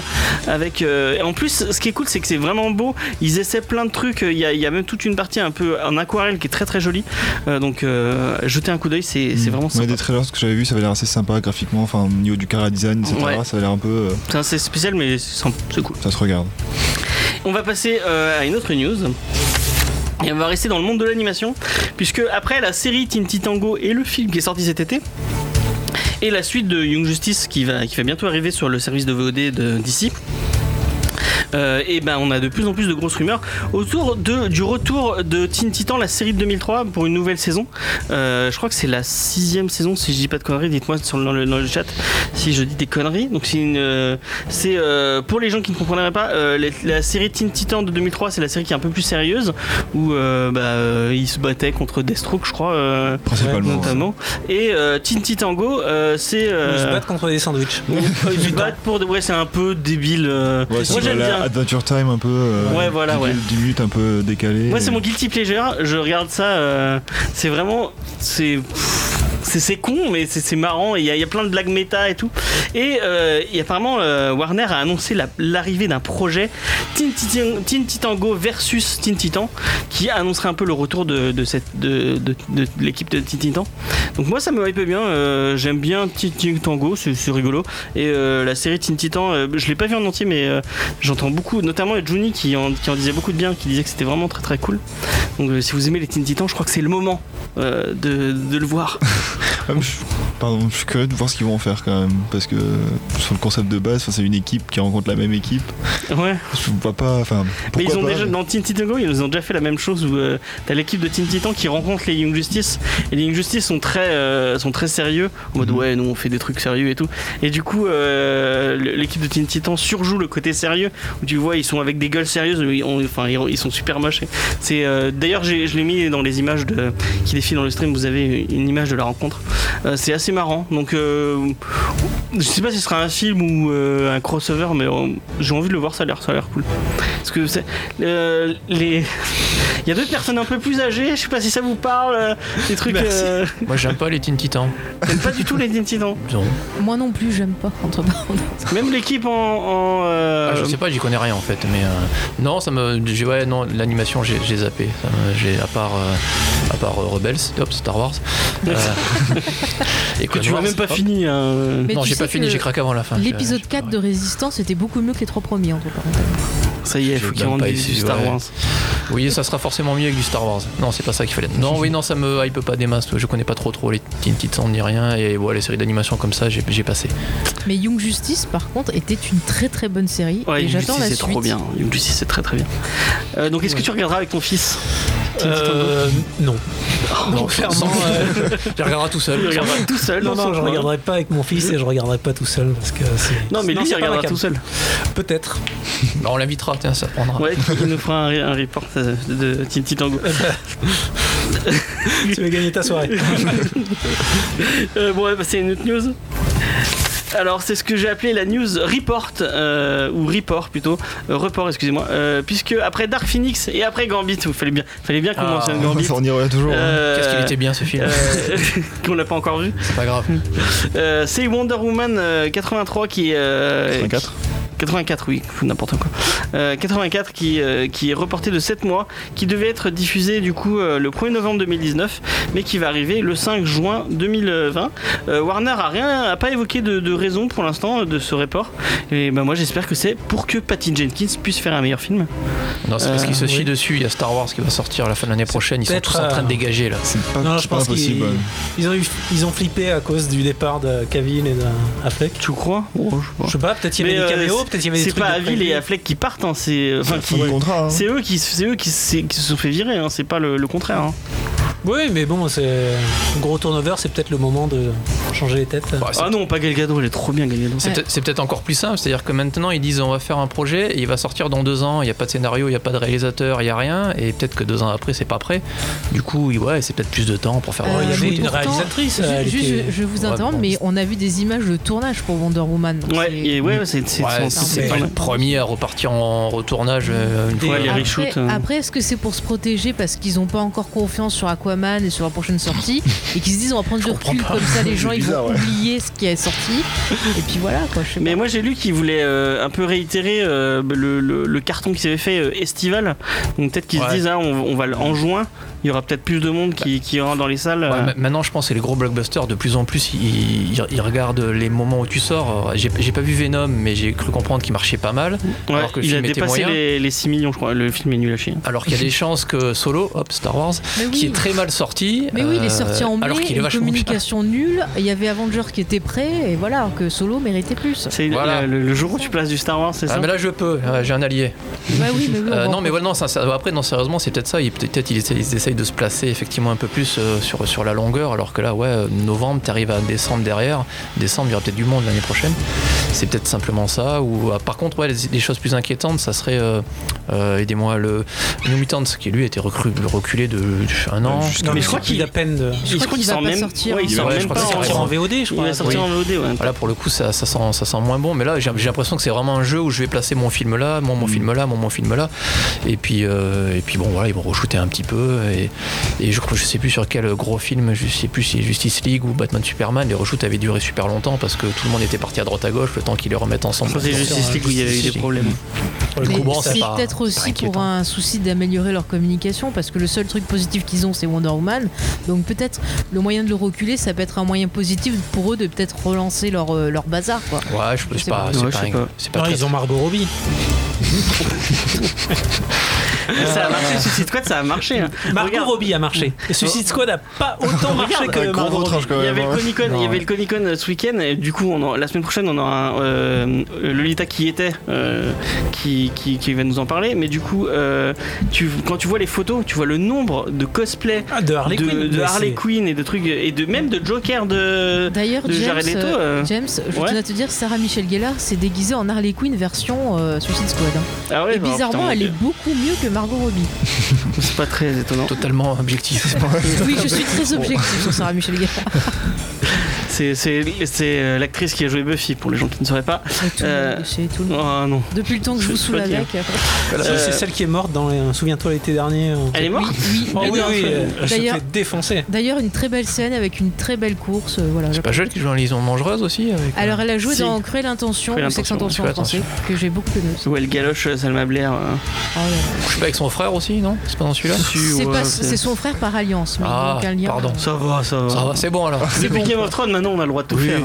Speaker 2: avec euh, et en plus ce qui est cool c'est que c'est vraiment beau ils essaient plein de trucs il y a, il y a même toute une partie un peu en aquarelle qui est très très jolie Euh, donc euh, jetez un coup d'œil c'est c'est vraiment
Speaker 4: Mm. Moi,
Speaker 2: sympa.
Speaker 4: Mmh. des trailers ce que j'avais vu, ça avait l'air assez sympa graphiquement, enfin au niveau du cara design, etc.
Speaker 2: Ouais.
Speaker 4: Ça avait l'air un peu. euh,
Speaker 2: Enfin, c'est spécial mais c'est sympa, c'est cool
Speaker 4: ça se regarde.
Speaker 2: on va passer euh, à une autre news et on va rester dans le monde de l'animation puisque après la série Teen Tango et le film qui est sorti cet été et la suite de Young Justice qui va, qui va bientôt arriver sur le service de VOD de d'ici. euh, et ben on a de plus en plus de grosses rumeurs autour de, du retour de Teen Titan, la série de 2003 pour une nouvelle saison. Euh, je crois que c'est la sixième saison si je dis pas de conneries. Dites-moi sur le- dans, le, dans le chat si je dis des conneries. Donc c'est une, euh, c'est euh, pour les gens qui ne comprendraient pas euh, la, la série Teen Titan de 2003, c'est la série qui est un peu plus sérieuse où euh, bah, euh, ils se battaient contre Deathstroke, je crois. euh,
Speaker 4: Principalement.
Speaker 2: notamment. Et euh, Tinty Tango, euh, c'est.
Speaker 3: Ils se
Speaker 2: Euh,
Speaker 3: battent contre des sandwichs.
Speaker 2: ils se battent pour de. Ouais, c'est un peu débile. euh.
Speaker 4: Ouais,
Speaker 2: Moi
Speaker 4: c'est
Speaker 2: j'aime
Speaker 4: voilà,
Speaker 2: bien.
Speaker 4: Adventure Time un peu. euh,
Speaker 2: Ouais, voilà,
Speaker 4: dix-
Speaker 2: ouais.
Speaker 4: dix minutes un peu Euh, décalé.
Speaker 2: Moi, c'est mon guilty pleasure. Je regarde ça. euh, c'est vraiment. C'est. C'est, c'est con, mais c'est, c'est marrant. Il y, a- il y a plein de blagues méta et tout. Et, euh, et apparemment, euh, Warner a annoncé la- l'arrivée d'un projet Teen Titan- Teen Titango versus Teen Titan qui annoncerait un peu le retour de, de cette, de, de- de l'équipe de Teen Titan. Donc, moi, ça me hype bien. euh, j'aime bien Teen Titango, c'est, c'est rigolo. Et euh, la série Teen Titan, euh, je l'ai pas vu en entier, mais euh, j'entends beaucoup, notamment Juni qui en, qui en disait beaucoup de bien, qui disait que c'était vraiment très très cool. Donc euh, si vous aimez les Teen Titans, je crois que c'est le moment euh, de, de le voir.
Speaker 4: Ah, mais je- Pardon, je suis curieux de voir ce qu'ils vont en faire quand même. Parce que sur le concept de base, enfin, c'est une équipe qui rencontre la même équipe.
Speaker 2: Ouais.
Speaker 4: Je vois pas. Enfin,
Speaker 2: Mais ils
Speaker 4: pourquoi
Speaker 2: ont
Speaker 4: pas,
Speaker 2: déjà
Speaker 4: mais-
Speaker 2: dans Teen Titan Go, ils ont déjà fait la même chose où euh, t'as l'équipe de Teen Titans qui rencontre les Young Justice et les Young Justice sont très euh, sont très sérieux en mode
Speaker 4: Mhm.
Speaker 2: ouais nous on fait des trucs sérieux et tout et du coup euh, le- l'équipe de Teen Titans surjoue le côté sérieux où tu vois ils sont avec des gueules sérieuses ils ont- enfin ils, ils sont super moches c'est euh, d'ailleurs j'ai- je l'ai mis dans les images de qui défilent dans le stream vous avez une image de la rencontre Euh, c'est assez assez marrant. Donc, euh, je sais pas si ce sera un film ou euh, un crossover, mais euh, j'ai envie de le voir. Ça a l'air, ça a l'air cool. Parce que c'est- euh, les, il y a d'autres personnes un peu plus âgées. Je sais pas si ça vous parle. euh, Des trucs.
Speaker 3: Merci.
Speaker 2: euh,
Speaker 5: Moi, j'aime pas les Teen Titans.
Speaker 2: j'aime pas du tout les Teen Titans.
Speaker 5: Non.
Speaker 6: Moi non plus, j'aime pas, entre parenthèses.
Speaker 2: Même l'équipe en. en, euh,
Speaker 5: Ah, je sais pas, j'y connais rien en fait, mais euh, non, ça me, j'ai- ouais, non, l'animation, j'ai, j'ai zappé. Ça me- j'ai à part, euh, à part euh, Rebels, hop, Star Wars. Euh, et
Speaker 2: que tu
Speaker 5: Clone
Speaker 2: vois
Speaker 5: Wars,
Speaker 2: même pas
Speaker 5: hop.
Speaker 2: fini. hein.
Speaker 6: Mais
Speaker 5: non,
Speaker 6: tu
Speaker 5: j'ai
Speaker 6: sais
Speaker 5: pas fini,
Speaker 6: que
Speaker 5: j'ai craqué avant la fin.
Speaker 6: L'épisode
Speaker 5: J'ai- j'ai pas
Speaker 6: 4 de Résistance était beaucoup mieux que les trois premiers, entre parenthèses.
Speaker 2: Ça y est,
Speaker 5: je
Speaker 2: faut qu'ils
Speaker 5: donne
Speaker 2: rendent
Speaker 5: pas
Speaker 2: du,
Speaker 5: ici,
Speaker 2: du Star
Speaker 5: ouais.
Speaker 2: Wars.
Speaker 5: Oui, ça sera forcément mieux avec du Star Wars. Non, c'est pas ça qu'il fallait. Non, oui, non, ça me hype pas des masses. Je connais pas trop trop les Teen Titans ni rien. Et voilà, les séries d'animation comme ça, j'ai, j'ai passé.
Speaker 6: Mais Young Justice, par contre, était une très très bonne série.
Speaker 2: Ouais,
Speaker 6: et
Speaker 2: Young
Speaker 6: j'attends
Speaker 2: Justice,
Speaker 6: la
Speaker 2: c'est
Speaker 6: suite.
Speaker 2: trop bien. Young Justice, c'est très très bien. Euh, donc, est-ce que tu regarderas avec ton fils Teen Titans
Speaker 3: Euh, non.
Speaker 5: non,
Speaker 3: Oh, Clairement,
Speaker 5: sans-
Speaker 3: euh,
Speaker 5: Je regarde tout
Speaker 2: Tu le
Speaker 5: seul.
Speaker 2: regarderas tout seul
Speaker 3: non,
Speaker 2: dans son
Speaker 3: non, je
Speaker 2: coin.
Speaker 3: regarderai pas avec mon fils et je regarderai pas tout seul parce que c'est.
Speaker 2: Non, mais lui,
Speaker 3: c'est
Speaker 2: il
Speaker 3: pas ma
Speaker 2: regardera
Speaker 3: cam.
Speaker 2: tout seul.
Speaker 3: Peut-être.
Speaker 5: Bah, on l'invitera, tiens, ça prendra.
Speaker 2: Ouais, il nous fera un, un report euh, de Teen Titango.
Speaker 3: tu vas gagner ta soirée.
Speaker 2: Euh, bon, ouais, bah, c'est une autre news. Alors, c'est ce que j'ai appelé la news report, euh, ou report plutôt, Euh, report, excusez-moi, Euh, puisque après Dark Phoenix et après Gambit, il fallait bien, fallait bien qu'on
Speaker 5: Ah.
Speaker 2: mentionne
Speaker 4: On
Speaker 2: Gambit.
Speaker 4: s'en ira toujours. hein.
Speaker 2: Euh,
Speaker 5: Qu'est-ce qu'il était bien ce film
Speaker 2: euh, qu'on n'a pas encore vu.
Speaker 5: C'est pas grave.
Speaker 2: Euh, c'est Wonder Woman euh, 83 qui est. euh,
Speaker 4: 84.
Speaker 2: 84, oui, fou, n'importe quoi. Euh, 84 qui, euh, qui est reporté de 7 mois, qui devait être diffusé du coup euh, le 1er novembre 2019, mais qui va arriver le 5 juin 2020. Euh, Warner a rien, a pas évoqué de, de raison pour l'instant euh, de ce report. Et ben moi j'espère que c'est pour que Patty Jenkins puisse faire un meilleur film.
Speaker 5: Non, c'est parce
Speaker 2: Euh,
Speaker 5: qu'il se
Speaker 3: oui.
Speaker 5: chie dessus. Il y a Star Wars qui va sortir à la fin de l'année prochaine. Ils sont
Speaker 3: peut-être,
Speaker 5: tous en train de
Speaker 3: euh,
Speaker 5: dégager là.
Speaker 4: C'est pas,
Speaker 3: Non,
Speaker 4: c'est
Speaker 3: je
Speaker 4: pas
Speaker 3: pense qu'ils
Speaker 4: impossible. ouais.
Speaker 3: ils ont, eu- ils ont flippé à cause du départ de Cavill et d'Affleck.
Speaker 2: Tu crois Oh, je sais pas.
Speaker 3: Je sais pas, peut-être il y
Speaker 2: Mais,
Speaker 3: avait des
Speaker 2: euh,
Speaker 3: caméos, peut-être il y avait des
Speaker 2: C'est
Speaker 3: trucs.
Speaker 2: pas
Speaker 3: de
Speaker 2: Avil
Speaker 3: prévu.
Speaker 2: et Affleck qui partent, hein, c'est enfin,
Speaker 4: Fin
Speaker 2: qui-
Speaker 4: de contrat. hein.
Speaker 2: c'est eux qui, c'est eux qui, c'est- qui se sont fait virer, hein, c'est pas le, le contraire. hein.
Speaker 3: Oui, mais bon, c'est gros turnover, c'est peut-être le moment de changer les têtes.
Speaker 5: Bah, c'est
Speaker 2: Ah non, pas Gal Gadot, elle est trop bien Gal Gadot.
Speaker 5: C'est
Speaker 6: Ouais.
Speaker 5: peut-être- c'est peut-être encore plus simple, c'est-à-dire que maintenant ils disent on va faire un projet, et il va sortir dans deux ans, il n'y a pas de scénario, il n'y a pas de réalisateur, il n'y a rien, et peut-être que deux ans après c'est pas prêt. Du coup, oui, ouais, c'est peut-être plus de temps pour faire.
Speaker 3: Oh, il y
Speaker 6: Euh,
Speaker 3: avait
Speaker 6: mais
Speaker 3: une
Speaker 6: pourtant,
Speaker 3: réalisatrice,
Speaker 6: ju-
Speaker 3: elle
Speaker 6: juste,
Speaker 3: était-
Speaker 6: je, je vous
Speaker 5: Ouais,
Speaker 6: interromps,
Speaker 5: bon.
Speaker 6: mais on a vu des images de tournage pour Wonder Woman. donc
Speaker 2: Ouais,
Speaker 6: c'est-
Speaker 2: et ouais, ouais, c'est c'est-
Speaker 5: Ouais,
Speaker 2: c'est-
Speaker 6: c'est-
Speaker 2: c'est
Speaker 5: c'est pas
Speaker 2: pas
Speaker 5: le
Speaker 2: mal.
Speaker 5: premier à repartir en retournage euh, une
Speaker 3: Des-
Speaker 5: fois.
Speaker 2: Ouais, les
Speaker 5: euh,
Speaker 2: riches.
Speaker 6: Après,
Speaker 2: reshoots, euh.
Speaker 6: après, est-ce que c'est pour se protéger parce qu'ils n'ont pas encore confiance sur Aquaman et sur la prochaine sortie et qu'ils se disent on va prendre du recul comme ça les gens ils
Speaker 4: bizarre,
Speaker 6: vont
Speaker 4: ouais.
Speaker 6: oublier ce qui est sorti et puis voilà quoi. Je sais
Speaker 2: Mais
Speaker 6: pas.
Speaker 2: moi j'ai lu qu'ils voulaient euh, un peu réitérer euh, le, le- le carton qui s'avait fait euh, estival. Donc peut-être qu'ils
Speaker 5: Ouais.
Speaker 2: se disent ah, on, on va le- en juin, il y aura peut-être plus de monde qui, qui ira dans les salles.
Speaker 5: Ouais,
Speaker 2: euh.
Speaker 5: ma- maintenant, je pense que les gros blockbusters, de plus en plus, ils, ils- ils regardent les moments où tu sors. Euh, J'ai j'ai pas vu Venom, mais j'ai cru comprendre qu'il marchait pas mal.
Speaker 2: Ouais,
Speaker 5: alors que le
Speaker 2: il a
Speaker 5: film était
Speaker 2: dépassé
Speaker 5: moyen.
Speaker 2: les, les 6 millions, je crois. Le film est nul à chier.
Speaker 5: Alors qu'il y a des chances que Solo, hop, Star Wars,
Speaker 6: Mais oui.
Speaker 5: qui est très mal sorti.
Speaker 6: Mais oui, il
Speaker 5: euh,
Speaker 6: est sorti en mai,
Speaker 5: Alors qu'il est
Speaker 6: une
Speaker 5: vachement bien.
Speaker 6: communication nulle, il y avait Avenger qui était prêt, et voilà, que Solo méritait plus.
Speaker 2: C'est
Speaker 5: Voilà.
Speaker 2: la- le, le jour où tu places du Star Wars, c'est
Speaker 5: Ah,
Speaker 2: ça
Speaker 5: mais là je peux, euh, j'ai un allié.
Speaker 6: Bah oui, mais oui, on
Speaker 5: Euh,
Speaker 6: va
Speaker 5: non
Speaker 6: en
Speaker 5: mais voilà, non, ça- ça- après non sérieusement c'est peut-être ça, ils- peut-être ils, essaient- ils essayent de se placer effectivement un peu plus euh, sur, sur la longueur alors que là ouais, euh, novembre t'arrives à décembre derrière, décembre il y aura peut-être du monde l'année prochaine, c'est peut-être simplement ça, ou ah, par contre ouais, les, les choses plus inquiétantes ça serait, euh, euh, aidez-moi, le New Mutants qui lui a été recru- reculé de, de- un an,
Speaker 4: Juste
Speaker 3: Non, mais
Speaker 2: mais
Speaker 3: je crois
Speaker 2: c'est-
Speaker 3: qu'il a peine de.
Speaker 6: Je crois qu'il va
Speaker 2: sort
Speaker 6: pas
Speaker 2: même.
Speaker 6: sortir. hein.
Speaker 2: ouais, il
Speaker 5: Ouais,
Speaker 2: sort
Speaker 5: je
Speaker 2: même
Speaker 5: crois
Speaker 2: pas
Speaker 5: que c'est
Speaker 2: en-
Speaker 5: sorti
Speaker 3: en VOD, je
Speaker 2: Il
Speaker 3: crois.
Speaker 2: va sortir
Speaker 5: Oui.
Speaker 2: en VOD, ouais.
Speaker 5: Là, pour le coup, ça, ça, sent, ça sent moins bon. Mais là, j'ai j'ai l'impression que c'est vraiment un jeu où je vais placer mon film là, mon,
Speaker 2: Mm.
Speaker 5: mon film là, mon, mon film là. Et puis, euh, et puis bon, voilà, ils vont re-shooter un petit peu. Et, et je crois, je sais plus sur quel gros film, je sais plus si Justice League ou Batman Superman, les re-shoots avaient duré super longtemps parce que tout le monde était parti à droite à gauche le temps qu'ils les remettent
Speaker 2: Je
Speaker 5: ensemble.
Speaker 2: crois que c'est
Speaker 5: Donc,
Speaker 2: Justice League où il y avait eu des
Speaker 5: Justice League.
Speaker 2: problèmes.
Speaker 5: Le
Speaker 6: Mais
Speaker 5: coup, bon,
Speaker 6: c'est
Speaker 5: c'est pas-
Speaker 6: peut-être
Speaker 5: c'est
Speaker 6: aussi
Speaker 5: pas
Speaker 6: pour un souci d'améliorer leur communication, parce que le seul truc positif qu'ils ont, c'est Wonder Woman. Donc peut-être le moyen de le reculer, ça peut être un moyen positif pour eux de peut-être relancer leur, euh, leur bazar. Quoi.
Speaker 5: Ouais, je
Speaker 6: Je
Speaker 5: sais
Speaker 6: sais
Speaker 5: pas.
Speaker 6: pas.
Speaker 5: C'est
Speaker 2: Ouais,
Speaker 5: pas,
Speaker 2: je sais
Speaker 5: un-
Speaker 2: pas.
Speaker 5: c'est pas
Speaker 3: Non,
Speaker 5: très-
Speaker 3: ils ont Margot Robbie.
Speaker 2: Ça a marché, Suicide Squad, ça a marché. hein.
Speaker 3: Margot
Speaker 2: Regarde.
Speaker 3: Robbie a marché. Et Suicide Squad a pas autant marché
Speaker 2: Regarde,
Speaker 3: que
Speaker 4: Avec gros
Speaker 3: Margot Robbie.
Speaker 4: retranche quand
Speaker 2: Il y
Speaker 4: même.
Speaker 2: avait
Speaker 4: hein.
Speaker 2: le Comic Con, il y
Speaker 5: Non,
Speaker 2: avait le Comic Con euh, ce week-end et du coup on en- la semaine prochaine on aura un, euh, Lolita qui y était euh, qui, qui, qui va nous en parler mais du coup euh, tu, quand tu vois les photos tu vois le nombre de cosplays
Speaker 3: Ah, de Harley
Speaker 2: de,
Speaker 3: Quinn.
Speaker 2: de
Speaker 3: mais
Speaker 2: Harley
Speaker 3: c'est-
Speaker 2: Quinn et de trucs et de même de Joker de
Speaker 6: D'ailleurs,
Speaker 2: de
Speaker 6: James,
Speaker 2: Jared Leto,
Speaker 6: euh,
Speaker 2: euh,
Speaker 6: James, je
Speaker 2: ouais.
Speaker 6: tenais à te dire, Sarah Michelle Gellar s'est déguisée en Harley Quinn version euh, Suicide Squad. hein.
Speaker 2: ah ouais,
Speaker 6: Et
Speaker 2: bah,
Speaker 6: bizarrement,
Speaker 2: putain,
Speaker 6: elle est beaucoup mieux que Margot Robbie.
Speaker 2: c'est pas très étonnant
Speaker 5: Totalement objectif.
Speaker 6: oui, je suis très objective sur Sarah Michelle Gellar.
Speaker 2: C'est- C'est c'est, euh, l'actrice qui a joué Buffy, pour les gens qui ne sauraient pas.
Speaker 6: Avec tout le
Speaker 2: Euh,
Speaker 6: monde, c'est tout le monde.
Speaker 2: Oh non.
Speaker 6: Depuis le temps que je
Speaker 2: je-
Speaker 6: vous
Speaker 2: je
Speaker 6: saoule
Speaker 2: crois qu'il y a-
Speaker 6: avec. euh,
Speaker 5: Voilà.
Speaker 2: Euh,
Speaker 3: C'est celle qui est morte dans les- Souviens-toi l'été dernier. euh,
Speaker 2: Elle est morte
Speaker 6: Oui,
Speaker 3: Oh oui,
Speaker 6: d'ailleurs-
Speaker 3: oui, euh, je
Speaker 6: D'ailleurs-
Speaker 3: t'ai défoncé.
Speaker 6: D'ailleurs, une très belle scène avec une très belle course. euh, voilà.
Speaker 5: C'est pas Joël qui joue en liaison dangereuse aussi avec, euh,
Speaker 6: Alors, elle a joué
Speaker 2: Si.
Speaker 6: dans Cruelle Intention
Speaker 2: Cruelle
Speaker 6: ou Sex
Speaker 5: Intention,
Speaker 6: Intention en
Speaker 5: Cruelle
Speaker 6: français, que j'ai beaucoup aimé. aussi.
Speaker 2: Où elle galoche euh, Salma Blair. euh.
Speaker 6: Ah ouais.
Speaker 5: Je sais pas avec son frère aussi, non C'est pas dans
Speaker 2: Hein,
Speaker 5: celui-là
Speaker 6: C'est
Speaker 2: ouais,
Speaker 6: pas- C'est son frère par alliance, mais
Speaker 5: Ah,
Speaker 6: aucun lien.
Speaker 5: pardon.
Speaker 2: Ça va, ça va.
Speaker 5: Ça va, c'est bon alors.
Speaker 2: Depuis
Speaker 5: bon.
Speaker 2: Game of Thrones, maintenant on a le droit de tout
Speaker 5: Oui.
Speaker 2: faire.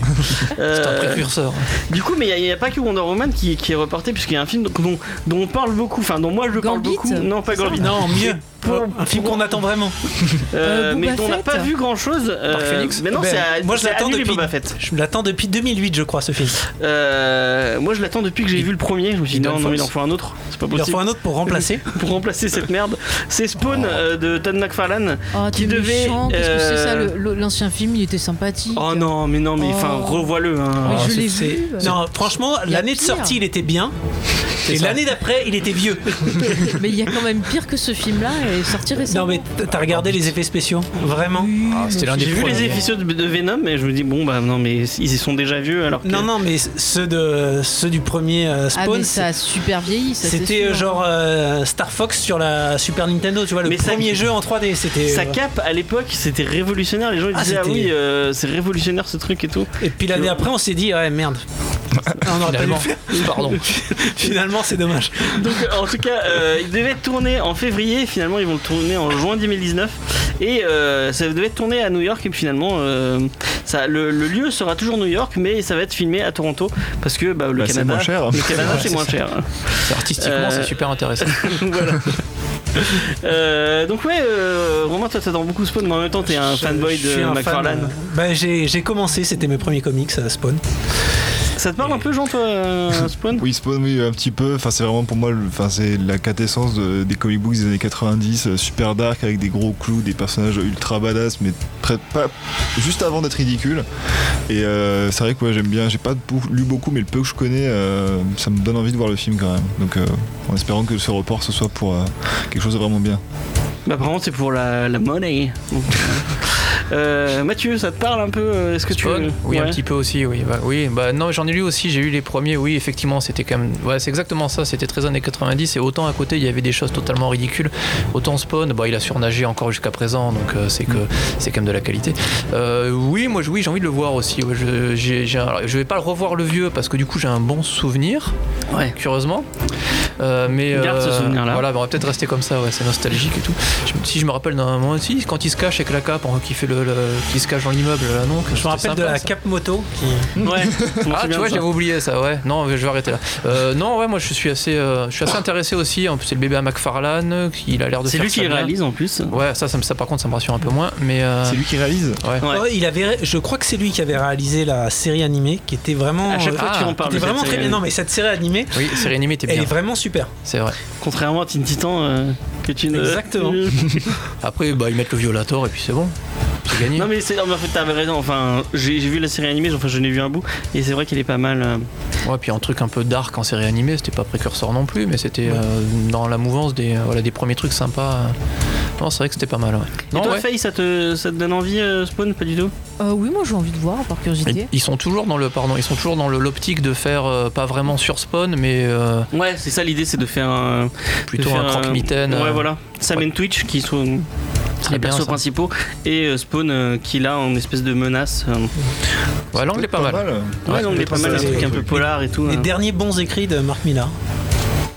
Speaker 5: C'est un
Speaker 2: Euh,
Speaker 5: précurseur.
Speaker 2: du coup, mais il n'y a, pas que Wonder Woman qui, qui est reporté, puisqu'il y a un film dont, dont- dont on parle beaucoup, enfin dont moi je parle
Speaker 6: Gambit
Speaker 2: beaucoup. Non, pas Gambit.
Speaker 3: Non, mieux.
Speaker 2: Pour-
Speaker 3: Un film qu'on attend vraiment.
Speaker 2: Euh,
Speaker 6: Euh,
Speaker 2: mais
Speaker 6: Boba
Speaker 2: dont on n'a
Speaker 6: Fett.
Speaker 2: pas vu grand chose.
Speaker 5: Phoenix.
Speaker 2: Mais non,
Speaker 3: Ben,
Speaker 2: c'est à-
Speaker 3: moi, je
Speaker 2: c'est
Speaker 3: l'attends
Speaker 2: annulé
Speaker 3: depuis-
Speaker 2: Boba Fett.
Speaker 3: Je l'attends depuis 2008, je crois, ce film.
Speaker 2: Euh, moi je l'attends depuis que j'ai vu le premier. Je me suis dit
Speaker 5: Hidden
Speaker 2: non, non, mais il en
Speaker 5: Force.
Speaker 2: faut un autre. C'est pas
Speaker 3: Il en
Speaker 2: possible.
Speaker 3: faut un autre pour remplacer.
Speaker 2: Pour remplacer cette merde. C'est Spawn euh, de Todd McFarlane.
Speaker 6: Oh,
Speaker 2: Qui
Speaker 6: t'es
Speaker 2: devait,
Speaker 6: méchant, Qu'est-ce que c'est ça
Speaker 2: euh,
Speaker 6: le- le- L'ancien film, il était sympathique.
Speaker 2: Oh non, mais non, mais enfin,
Speaker 6: Oh.
Speaker 2: revois-le. hein.
Speaker 6: Mais
Speaker 3: Ah,
Speaker 6: je
Speaker 3: c'est-
Speaker 6: l'ai
Speaker 3: c'est-
Speaker 6: vu. euh.
Speaker 3: Non, franchement,
Speaker 6: Il y a
Speaker 3: l'année de
Speaker 6: pire.
Speaker 3: sortie, il était bien. Et
Speaker 5: ça.
Speaker 3: l'année d'après, il était vieux.
Speaker 6: Mais il y a quand même pire que ce film-là et sorti
Speaker 3: Non,
Speaker 6: récemment.
Speaker 3: mais t- t'as regardé les effets spéciaux Vraiment
Speaker 5: Ah, C'était l'un des
Speaker 2: J'ai vu les
Speaker 5: premiers.
Speaker 2: épisodes de de Venom et je me dis bon bah non mais ils y sont déjà vieux alors que
Speaker 3: Non, non, mais ceux, de, ceux du premier euh,
Speaker 6: ah,
Speaker 3: Spawn,
Speaker 6: mais ça a super vieilli. ça, c'est
Speaker 3: C'était
Speaker 6: sûr.
Speaker 3: euh, genre euh, Star Fox sur la Super Nintendo, tu vois, le
Speaker 2: Mais ça-
Speaker 3: premier jeu en 3D. C'était.
Speaker 2: sa
Speaker 3: euh,
Speaker 2: cape à l'époque c'était révolutionnaire les gens ils
Speaker 3: Ah,
Speaker 2: disaient ah
Speaker 3: c'était-
Speaker 2: oui euh, c'est révolutionnaire ce truc et tout
Speaker 3: Et puis l'année après, on s'est dit, ouais, merde. on aurait pas dû le
Speaker 5: Finalement.
Speaker 3: faire.
Speaker 5: Pardon.
Speaker 3: Finalement, c'est dommage.
Speaker 2: donc euh, en tout cas euh, il devait être tourné en février finalement ils vont le tourner en juin 2019 et euh, ça devait être tourné à New York et puis finalement euh, ça, le, le lieu sera toujours New York mais ça va être filmé à Toronto parce que bah, le
Speaker 4: Bah, c'est
Speaker 2: Canada
Speaker 4: moins cher.
Speaker 2: le Canada c'est moins cher
Speaker 5: C'est- Artistiquement,
Speaker 2: Euh,
Speaker 5: c'est super intéressant.
Speaker 2: voilà Euh, donc ouais euh, Romain toi t'attends beaucoup Spawn mais en même temps t'es un
Speaker 3: Je-
Speaker 2: fanboy
Speaker 3: je suis
Speaker 2: de
Speaker 3: un fan,
Speaker 2: McFarlane
Speaker 3: euh, bah, j'ai j'ai commencé, c'était mes premiers comics à Spawn.
Speaker 2: Ça te parle un peu, Jean, toi, euh, Spawn
Speaker 4: Oui, Spawn, oui, un petit peu. Enfin, c'est vraiment pour moi, le- enfin, c'est la quintessence de- des comic books des années 90, euh, super dark avec des gros clous, des personnages ultra badass, mais très pas juste avant d'être ridicule. Et euh, c'est vrai que ouais, j'aime bien. J'ai pas beaucoup- lu beaucoup, mais le peu que je connais, euh, ça me donne envie de voir le film quand même. Donc, euh, en espérant que ce report ce soit pour euh, quelque chose de vraiment bien.
Speaker 2: Bah, apparemment, c'est pour la, la money. Donc, euh, Mathieu, ça te parle un peu euh, Est-ce que tu.
Speaker 5: Spawn Oui, un
Speaker 2: Ouais.
Speaker 5: petit peu aussi, oui. Bah, oui, bah non, j'en ai lu aussi, j'ai eu les premiers, oui, effectivement, c'était quand même. Ouais, c'est exactement ça, c'était très années 90, et autant à côté, il y avait des choses totalement ridicules. Autant Spawn, bah, il a surnagé encore jusqu'à présent, donc euh, c'est que c'est quand même de la qualité. Euh, oui, moi, je- oui, j'ai envie de le voir aussi. ouais, je, j'ai- j'ai un- alors, je vais pas le revoir le vieux, parce que du coup, j'ai un bon souvenir,
Speaker 2: Ouais.
Speaker 5: curieusement. Euh, mais
Speaker 2: Garde ce
Speaker 5: euh,
Speaker 2: souvenir-là.
Speaker 5: Voilà, bah, on va peut-être rester comme ça, ouais, c'est nostalgique et tout. Je- si je me rappelle d'un moment aussi, quand il se cache avec la cape, hein, qui fait le, le- qui se cache dans l'immeuble, là, non que
Speaker 3: Je me
Speaker 5: c'était
Speaker 3: rappelle
Speaker 5: sympa,
Speaker 3: de la
Speaker 5: ça.
Speaker 3: Cap Moto. Qui...
Speaker 2: Ouais. Je m'en
Speaker 5: Ah,
Speaker 2: souviens
Speaker 5: tu vois,
Speaker 2: de ça.
Speaker 5: j'avais oublié ça, ouais. Non, mais je vais arrêter là. Euh, non, ouais, moi je suis assez, euh, je suis assez intéressé aussi. En plus, c'est le bébé à McFarlane, il a l'air de
Speaker 2: C'est
Speaker 5: faire
Speaker 2: lui
Speaker 5: ça
Speaker 2: qui
Speaker 5: bien.
Speaker 2: réalise en plus.
Speaker 5: Ouais, ça, ça, me- ça, par contre, ça me rassure un peu moins. Mais euh,
Speaker 4: C'est lui qui réalise
Speaker 2: Ouais.
Speaker 3: Oh, il avait, je crois que c'est lui qui avait réalisé la série animée, qui était vraiment.
Speaker 2: À chaque fois,
Speaker 3: euh,
Speaker 2: tu
Speaker 5: ah,
Speaker 2: en parles.
Speaker 3: qui
Speaker 2: de
Speaker 3: était
Speaker 2: cette
Speaker 3: vraiment très
Speaker 2: série.
Speaker 3: bien. Non, mais cette série animée,
Speaker 5: oui, série animée, t'es
Speaker 3: elle
Speaker 5: bien.
Speaker 3: est vraiment super.
Speaker 5: C'est vrai.
Speaker 2: Contrairement à Teen Titan, euh, que tu ne.
Speaker 3: Exactement.
Speaker 5: Après, bah, ils mettent le violator et puis c'est bon. C'est gagné.
Speaker 2: non, mais c'est. non, mais en fait, t'avais raison. Enfin, j'ai j'ai vu la série animée, enfin, j'en ai vu un bout. Et c'est vrai qu'elle est pas mal. euh.
Speaker 5: Ouais, puis un truc un peu dark en série animée, c'était pas précurseur non plus, mais c'était euh, dans la mouvance des, euh, voilà, des premiers trucs sympas. euh. Non, c'est vrai que c'était pas mal. Ouais.
Speaker 2: Et
Speaker 5: Non,
Speaker 2: toi,
Speaker 5: ouais.
Speaker 2: Faye, ça te, ça te donne envie, euh, Spawn Pas du tout
Speaker 6: Euh, oui, moi j'ai envie de voir par
Speaker 5: Ils-
Speaker 6: curiosité.
Speaker 5: Ils sont toujours dans le pardon, ils sont toujours dans le- l'optique de faire euh, pas vraiment sur spawn, mais euh,
Speaker 2: Ouais, c'est ça l'idée, c'est de faire un.
Speaker 5: plutôt un croque-mitaine.
Speaker 2: Ouais,
Speaker 5: euh,
Speaker 2: voilà. Sam
Speaker 5: ouais.
Speaker 2: and Twitch qui sont
Speaker 5: Très
Speaker 2: les
Speaker 5: bien,
Speaker 2: persos
Speaker 5: ça.
Speaker 2: principaux et euh, Spawn euh, qui là en espèce de menace. euh.
Speaker 5: Ouais, l'angle est pas, mal.
Speaker 2: Ouais,
Speaker 5: Ouais,
Speaker 2: non,
Speaker 5: c'est
Speaker 2: mais pas mal, un
Speaker 3: ça,
Speaker 2: truc
Speaker 3: les-
Speaker 2: un peu polar et tout.
Speaker 3: Les
Speaker 2: hein.
Speaker 3: derniers bons écrits de Marc Millar.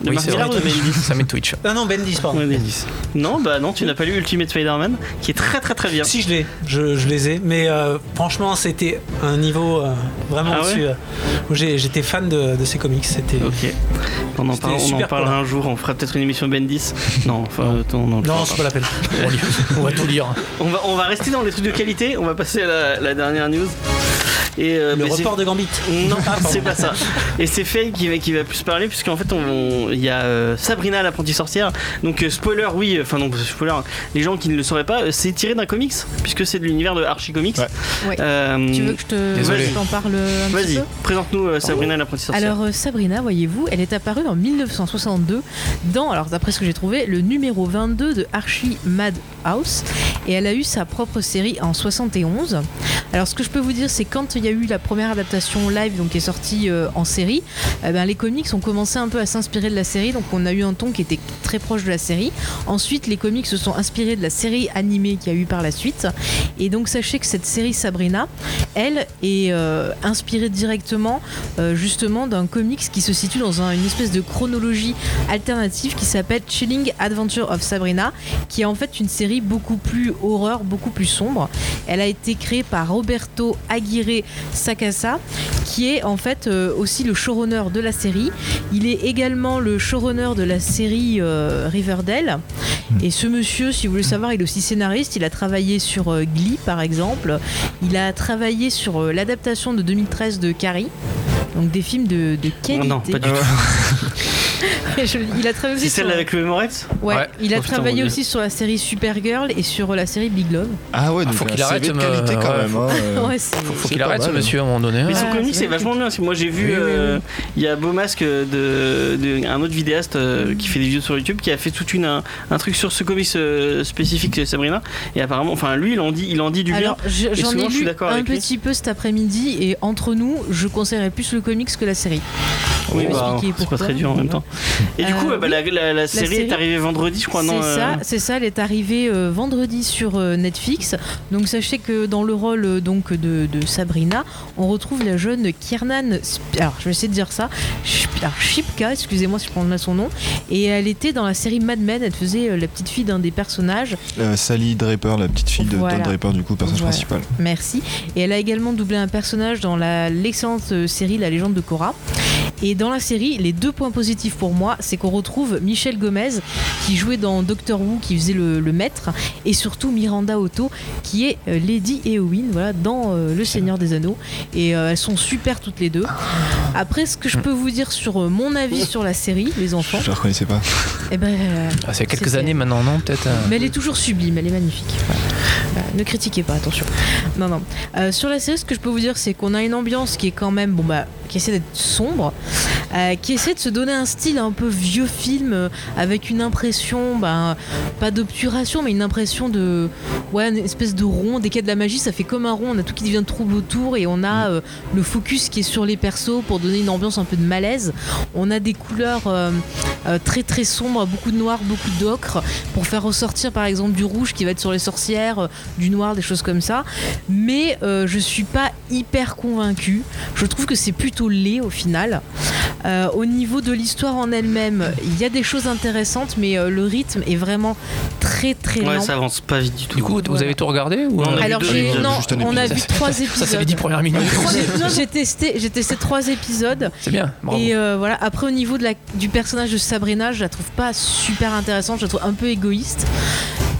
Speaker 2: De
Speaker 5: Oui,
Speaker 2: Mark
Speaker 5: c'est vrai.
Speaker 2: Millar ou de Bendis
Speaker 5: Ça met Twitch.
Speaker 3: Ah non, Bendis, pardon.
Speaker 2: Ouais, Bendis. Non, bah non, tu n'as pas lu Ultimate Spider-Man qui est très très très bien.
Speaker 3: Si je l'ai, je, je les ai, mais euh, franchement c'était un niveau euh, vraiment
Speaker 2: Ah ouais
Speaker 3: au-dessus. euh, où j'ai- J'étais fan de, de ces comics, c'était.
Speaker 2: Ok. On en,
Speaker 3: C'était
Speaker 2: parle- on en
Speaker 3: super
Speaker 2: parlera
Speaker 3: polar.
Speaker 2: un jour, on fera peut-être une émission Bendis. Non, enfin, euh, non, non,
Speaker 3: Non,
Speaker 2: non.
Speaker 3: c'est pas la peine.
Speaker 5: On, lit- on va tout lire.
Speaker 2: On va, on va rester dans les trucs de qualité, on va passer à la, la dernière news. Et, euh,
Speaker 3: Le
Speaker 2: mais c'est-
Speaker 3: report de Gambit.
Speaker 2: Non,
Speaker 3: Ah, pardon.
Speaker 2: c'est pas ça. Et c'est Faye qui va, qui va plus parler, puisqu'en fait, on- on- il y a euh, Sabrina l'apprentie sorcière. Donc, euh, spoiler, oui, euh, enfin, non, spoiler, hein, les gens qui ne le sauraient pas, euh, c'est tiré d'un comics, puisque c'est de l'univers de Archie Comics.
Speaker 4: Ouais.
Speaker 6: Ouais.
Speaker 2: Euh,
Speaker 6: Tu veux que je te-
Speaker 5: Désolé.
Speaker 6: je t'en parle un petit
Speaker 2: Vas-y,
Speaker 6: peu
Speaker 2: présente-nous euh, Sabrina l'apprentie sorcière.
Speaker 6: Alors euh, Sabrina, voyez-vous, elle est apparue en 1962 dans, alors d'après ce que j'ai trouvé, le numéro 22 de Archie Madhouse et elle a eu sa propre série en 71. Alors ce que je peux vous dire c'est quand il y a eu la première adaptation live donc qui est sortie euh, en série, eh ben, les comics ont commencé un peu à s'inspirer de la série donc on a eu un ton qui était très proche de la série. Ensuite les comics se sont inspirés de la série animée qu'il y a eu par la suite et donc sachez que cette série Sabrina, elle est euh, inspirée directement euh, justement d'un comics qui se situe dans un- une espèce de chronologie alternative qui s'appelle Chilling Adventure of Sabrina, qui est en fait une série beaucoup plus horreur, beaucoup plus sombre. Elle a été créée par Roberto Aguirre Sacasa, qui est en fait euh, aussi le showrunner de la série. Il est également le showrunner de la série euh, Riverdale. Et ce monsieur, si vous voulez savoir, il est aussi scénariste. Il a travaillé sur euh, Glee, par exemple. Il a travaillé sur euh, l'adaptation de 2013 de Carrie. Donc des films de, de qualité.
Speaker 2: Non, pas du tout.
Speaker 6: Je- il a travaillé
Speaker 2: C'est
Speaker 6: aussi
Speaker 2: celle
Speaker 6: sur- euh,
Speaker 2: avec le Moretz
Speaker 6: Ouais,
Speaker 5: Ouais.
Speaker 6: il a
Speaker 2: Oh, putain,
Speaker 6: travaillé
Speaker 2: mon Dieu.
Speaker 6: aussi sur la série Supergirl et sur la série Big Love.
Speaker 4: Ah ouais,
Speaker 5: Ah,
Speaker 4: donc
Speaker 5: faut
Speaker 4: un
Speaker 5: qu'il arrête,
Speaker 4: CV de
Speaker 5: me-
Speaker 4: qualité quand
Speaker 5: ouais,
Speaker 4: même. hein, euh.
Speaker 6: Ouais, c'est-
Speaker 5: Faut
Speaker 4: C'est
Speaker 5: qu'il
Speaker 4: pas
Speaker 5: arrête ce
Speaker 4: mal.
Speaker 5: monsieur à un moment donné. hein.
Speaker 2: Mais son
Speaker 6: Ouais,
Speaker 2: comic
Speaker 6: Ah, c'est
Speaker 2: c'est
Speaker 6: vrai.
Speaker 2: vachement bien. parce que Moi j'ai vu,
Speaker 5: Oui, oui,
Speaker 2: euh, il y a Beau Masque euh, de, de- un autre vidéaste euh, qui fait des vidéos sur YouTube qui a fait toute une un, un truc sur ce comic euh, spécifique de Sabrina. Et apparemment, enfin lui il en dit, il en dit du bien.
Speaker 6: Alors, je- j'en
Speaker 2: souvent,
Speaker 6: ai
Speaker 2: je suis
Speaker 6: lu
Speaker 2: d'accord
Speaker 6: un
Speaker 2: avec lui.
Speaker 6: petit peu cet après-midi et entre nous, je conseillerais plus le comics que la série.
Speaker 2: Oui,
Speaker 6: Je vais
Speaker 2: bah,
Speaker 6: expliquer
Speaker 2: c'est pas
Speaker 6: pourquoi.
Speaker 2: très dur en même temps. Et du
Speaker 6: Euh,
Speaker 2: coup, euh, bah,
Speaker 6: oui.
Speaker 2: la, la- la série, est
Speaker 6: série.
Speaker 2: arrivée vendredi, je crois, non
Speaker 6: C'est
Speaker 2: euh,
Speaker 6: ça, c'est ça, elle est arrivée euh, vendredi sur euh, Netflix. Donc sachez que dans le rôle euh, donc de, de Sabrina, on retrouve la jeune Kiernan, Sp- alors je vais essayer de dire ça, Sp- alors, Shipka, excusez-moi si je prends mal son nom, et elle était dans la série Mad Men, elle faisait euh, la petite fille d'un des personnages.
Speaker 4: Euh, Sally Draper, la petite fille de
Speaker 6: Voilà.
Speaker 4: Don Draper, du coup, personnage
Speaker 6: Voilà.
Speaker 4: principal.
Speaker 6: Merci. Et elle a également doublé un personnage dans la- l'excellente euh, série La légende de Korra. Et dans la série, les deux points positifs pour moi, c'est qu'on retrouve Michel Gomez, qui jouait dans Doctor Who, qui faisait le, le maître, et surtout Miranda Otto, qui est euh, Lady Eowyn, voilà, dans euh, Le Seigneur des Anneaux. Et euh, elles sont super toutes les deux. Après, ce que je peux vous dire sur euh, mon avis sur la série, les enfants,
Speaker 4: Je la reconnaissais pas.
Speaker 6: eh ben, euh,
Speaker 5: Ah, c'est quelques
Speaker 6: C'était-
Speaker 5: années maintenant, non Peut-être. euh,
Speaker 6: mais elle est toujours sublime, elle est magnifique. Voilà. Voilà, Ne critiquez pas, attention. Non, non. Euh, sur la série, ce que je peux vous dire, c'est qu'on a une ambiance qui est quand même, bon bah, qui essaie d'être sombre, euh, qui essaie de se donner un style un peu vieux film, euh, avec une impression, bah, pas d'obturation, mais une impression de, ouais, une espèce de rond. Dès qu'il y a de la magie, ça fait comme un rond. On a tout qui devient trouble autour et on a euh, le focus qui est sur les persos pour donner une ambiance un peu de malaise. On a des couleurs euh, euh, très très sombres, beaucoup de noir, beaucoup d'ocre pour faire ressortir par exemple du rouge qui va être sur les sorcières, euh, du noir, des choses comme ça. Mais euh, je suis pas hyper convaincue. Je trouve que c'est plutôt laid au final. Euh, au niveau de l'histoire en elle-même, il y a des choses intéressantes, mais euh, le rythme est vraiment très très
Speaker 2: Ouais,
Speaker 6: lent.
Speaker 2: ça avance pas vite du tout.
Speaker 5: Du coup, vous
Speaker 6: Voilà.
Speaker 5: avez tout regardé ou euh,
Speaker 2: Non, on a vu
Speaker 6: Alors
Speaker 2: deux
Speaker 6: j'ai
Speaker 2: épisodes,
Speaker 6: non,
Speaker 4: juste un
Speaker 6: on a
Speaker 4: épisode.
Speaker 6: vu trois
Speaker 5: Ça, c'est les dix
Speaker 6: épisodes.
Speaker 5: premières minutes.
Speaker 6: Trois épisodes, J'ai testé, j'ai testé trois épisodes.
Speaker 5: C'est bien, bravo.
Speaker 6: Et euh, voilà, après au niveau de la, du personnage de Sabrina, je la trouve pas super intéressante, je la trouve un peu égoïste.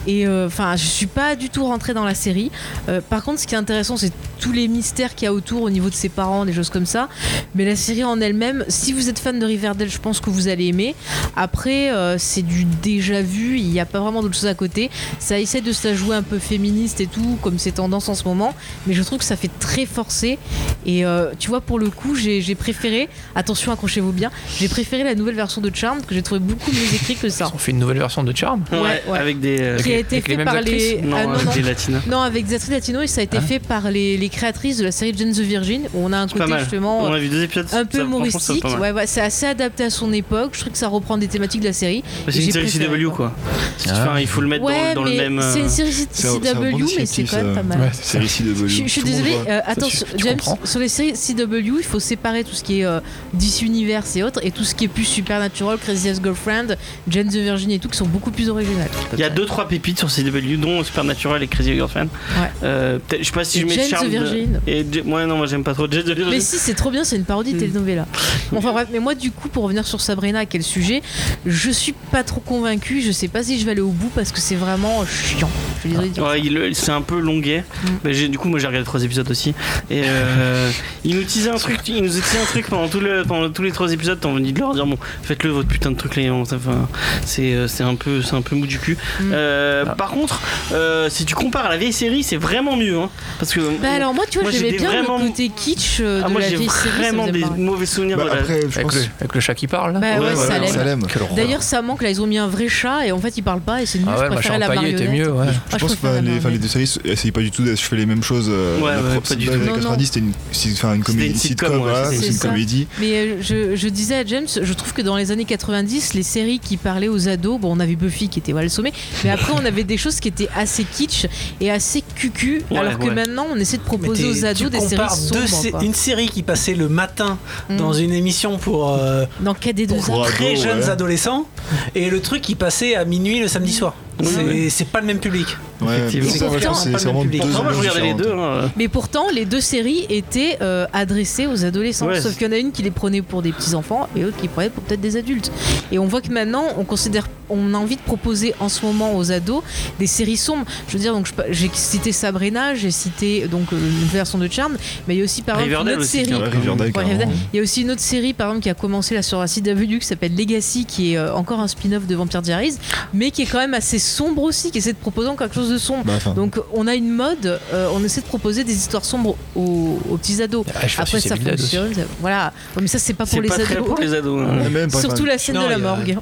Speaker 6: Et euh, enfin, je suis pas du tout rentrée dans la série. Euh, par contre, ce qui est intéressant, c'est tous les mystères qu'il y a autour au niveau de ses parents, des choses comme ça. Mais la série en elle-même, si vous êtes fan de Riverdale, je pense que vous allez aimer. Après, euh, c'est du déjà vu, il n'y a pas vraiment d'autre chose à côté. Ça essaie de se la jouer un peu féministe et tout, comme c'est tendance en ce moment. Mais je trouve que ça fait très forcé. Et euh, tu vois, pour le coup, j'ai j'ai préféré, attention, accrochez-vous bien, j'ai préféré la nouvelle version de Charmed que j'ai trouvé beaucoup mieux écrite que ça.
Speaker 5: On fait une nouvelle version de Charm.
Speaker 2: Ouais,
Speaker 6: Ouais, ouais.
Speaker 2: avec des. euh,
Speaker 6: Qui a
Speaker 5: les-
Speaker 6: été
Speaker 5: avec les
Speaker 6: fait
Speaker 5: mêmes
Speaker 6: par
Speaker 5: actrices
Speaker 6: les.
Speaker 2: non,
Speaker 6: ah,
Speaker 2: avec des latinas.
Speaker 6: non, avec Zatriz Latino et ça a été
Speaker 5: Hein
Speaker 6: fait par les, les créatrices de la série Jane the Virgin où on a un
Speaker 2: pas
Speaker 6: côté
Speaker 2: mal.
Speaker 6: justement euh,
Speaker 2: On a vu deux épisodes.
Speaker 6: un
Speaker 2: ça-
Speaker 6: peu
Speaker 2: franchement, ça va
Speaker 6: humoristique.
Speaker 2: pas mal.
Speaker 6: Ouais, ouais, c'est assez adapté à son époque. Je trouve que ça reprend des thématiques de la série.
Speaker 2: Bah, C'est
Speaker 6: Et
Speaker 2: une
Speaker 6: j'ai
Speaker 2: série
Speaker 6: préféré,
Speaker 2: CW quoi. Enfin, il faut le mettre
Speaker 6: ouais,
Speaker 2: dans, dans le
Speaker 6: mais
Speaker 2: même. euh,
Speaker 6: c'est une série
Speaker 4: C'est un-
Speaker 6: CW,
Speaker 4: c'est un bon
Speaker 6: mais c'est
Speaker 4: descriptif,
Speaker 6: quand même
Speaker 4: ça.
Speaker 6: pas mal.
Speaker 4: C'est ici de
Speaker 6: Je, je suis désolée, euh, attends,
Speaker 4: tu-
Speaker 6: sur-
Speaker 5: tu
Speaker 6: James,
Speaker 5: comprends.
Speaker 6: sur les séries CW, il faut séparer tout ce qui est euh, DC Universe et autres, et tout ce qui est plus Supernatural, Crazy As Girlfriend, Jane the Virgin et tout, qui sont beaucoup plus originales.
Speaker 2: Il y a deux trois pépites sur CW dont Supernatural et Crazy Girlfriend.
Speaker 6: Ouais.
Speaker 2: Euh, peut-être- je sais pas si je
Speaker 6: Jane
Speaker 2: mets
Speaker 6: the
Speaker 2: Charm
Speaker 6: Virgin, Virgin.
Speaker 2: et Jet- ouais, non, moi j'aime pas trop Jet de Virgin.
Speaker 6: Mais si, c'est trop bien, c'est une parodie
Speaker 4: Mm.
Speaker 6: de
Speaker 2: Hmm.
Speaker 6: telenovela. Bon, Enfin bref, mais moi du coup, pour revenir sur Sabrina, quel sujet, je suis pas trop convaincue, je sais pas si je vais aller au bout parce que c'est vraiment chiant. Je suis désolée de dire ça.
Speaker 2: Ouais, il- c'est un peu longuet.
Speaker 6: Mm.
Speaker 2: Mais j'ai- du coup, moi j'ai regardé trois épisodes aussi. Et euh, il nous disait un truc, il nous disait un truc pendant, tout le, pendant tous les trois épisodes. T'as envie de leur dire bon, faites-le votre putain de truc les gars. Enfin, c'est euh, c'est un peu c'est un peu mou du cul.
Speaker 6: Mm.
Speaker 2: Euh,
Speaker 5: Ah.
Speaker 2: Par contre, euh, si tu compares à la vieille série, c'est vraiment mieux, hein, parce que
Speaker 6: Bah alors moi, tu vois,
Speaker 2: Moi, j'ai
Speaker 6: j'aimais
Speaker 2: des
Speaker 6: bien
Speaker 2: vraiment-
Speaker 6: le côté kitsch euh, de
Speaker 2: ah, moi
Speaker 6: la
Speaker 2: j'ai
Speaker 6: vieille série. ça me
Speaker 2: vraiment
Speaker 6: faisait
Speaker 2: des
Speaker 6: marrer.
Speaker 2: mauvais souvenirs.
Speaker 4: Bah,
Speaker 2: de la-
Speaker 4: après, je
Speaker 5: Avec
Speaker 4: pense.
Speaker 5: le, avec le chat qui parle là.
Speaker 6: Bah ouais,
Speaker 2: Ouais,
Speaker 6: ça
Speaker 2: voilà,
Speaker 6: l'aime.
Speaker 4: Ça l'aime.
Speaker 5: Quel horreur.
Speaker 6: D'ailleurs, ça manque là, ils ont mis un vrai chat et en fait, il parle pas et c'est nul.
Speaker 5: ah
Speaker 6: je
Speaker 5: ouais, machin
Speaker 6: préférais la
Speaker 5: paillé
Speaker 6: marionnette.
Speaker 5: était mieux. Ouais.
Speaker 6: Ah,
Speaker 4: Je pense
Speaker 6: préfère
Speaker 4: que
Speaker 6: la
Speaker 4: les, enfin, les
Speaker 6: marionnette.
Speaker 4: deux séries essayaient pas du tout d'achever les mêmes choses. euh,
Speaker 2: Ouais,
Speaker 4: la
Speaker 2: ouais,
Speaker 4: propre-
Speaker 2: pas du
Speaker 4: dans les
Speaker 2: tout.
Speaker 4: années
Speaker 6: Non, non.
Speaker 4: 90, c'était une, si- enfin, une comédie
Speaker 2: une sitcom,
Speaker 4: sitcom,
Speaker 2: ouais,
Speaker 4: voilà,
Speaker 2: c'est
Speaker 4: c'est
Speaker 6: ça.
Speaker 4: une comédie.
Speaker 6: Mais euh, je, je disais à James, je trouve que dans les années 90, les séries qui parlaient aux ados, bon, on avait Buffy qui était voilà, le sommet, mais après, on avait des choses qui étaient assez kitsch et assez cucu,
Speaker 2: Ouais,
Speaker 6: alors que
Speaker 2: ouais.
Speaker 6: maintenant, on essaie de
Speaker 3: Mais
Speaker 6: proposer
Speaker 3: t'es-
Speaker 6: aux
Speaker 3: tu
Speaker 6: ados des séries
Speaker 3: compares deux
Speaker 6: sombres.
Speaker 3: sé-
Speaker 6: quoi.
Speaker 3: une série qui passait le matin
Speaker 6: Mm.
Speaker 3: dans une émission pour euh,
Speaker 6: Dans KD2A.
Speaker 4: Pour ados,
Speaker 3: très jeunes
Speaker 4: ouais.
Speaker 3: adolescents et le truc qui passait à minuit le samedi soir.
Speaker 2: Oui,
Speaker 3: C'est
Speaker 2: oui.
Speaker 3: c'est pas le même public.
Speaker 4: Ouais,
Speaker 2: Effectivement.
Speaker 4: ça, moi, je
Speaker 6: Pourtant,
Speaker 3: pas
Speaker 4: pense que c'est
Speaker 3: le
Speaker 4: c'est
Speaker 3: même
Speaker 4: vraiment deux
Speaker 3: public.
Speaker 2: Pourtant, moi je
Speaker 4: ambiances
Speaker 2: regardais les
Speaker 4: différentes.
Speaker 2: deux. hein.
Speaker 6: Mais pourtant, les deux séries étaient euh, adressées aux adolescents,
Speaker 2: Ouais,
Speaker 6: sauf
Speaker 2: c'est-
Speaker 6: qu'il y en a une qui les prenait pour des petits enfants et l'autre qui prenait pour peut-être des adultes. Et on voit que maintenant, on considère, on a envie de proposer en ce moment aux ados des séries sombres. Je veux dire, donc je pa- j'ai cité Sabrina, j'ai cité donc euh, une version de Charmed, mais il y a aussi par exemple une
Speaker 2: Riverdale
Speaker 6: autre
Speaker 2: aussi,
Speaker 6: série.
Speaker 2: carrément.
Speaker 4: Ouais, Riverdale,
Speaker 6: Ouais, Riverdale.
Speaker 4: carrément.
Speaker 6: Il y a aussi une autre série par exemple qui a commencé là sur Acid Avenue qui s'appelle Legacy qui est euh, encore un spin-off de Vampire Diaries mais qui est quand même assez sombre aussi qui essaie de proposer encore quelque chose de sombre
Speaker 4: Bah, enfin,
Speaker 6: donc on a une mode, euh, on essaie de proposer des histoires sombres aux, aux petits ados.
Speaker 5: Ah, je vais
Speaker 6: Après
Speaker 5: sucer
Speaker 6: ça
Speaker 5: Villade aussi.
Speaker 6: fonctionne, ça- voilà. Ouais, mais ça c'est pas pour
Speaker 2: C'est
Speaker 6: les
Speaker 2: pas très
Speaker 6: ados.
Speaker 2: pour les ados. hein.
Speaker 4: ouais, même, par
Speaker 6: Surtout
Speaker 4: exemple,
Speaker 6: la scène
Speaker 3: Non,
Speaker 6: de la
Speaker 3: il y a-
Speaker 6: morgue.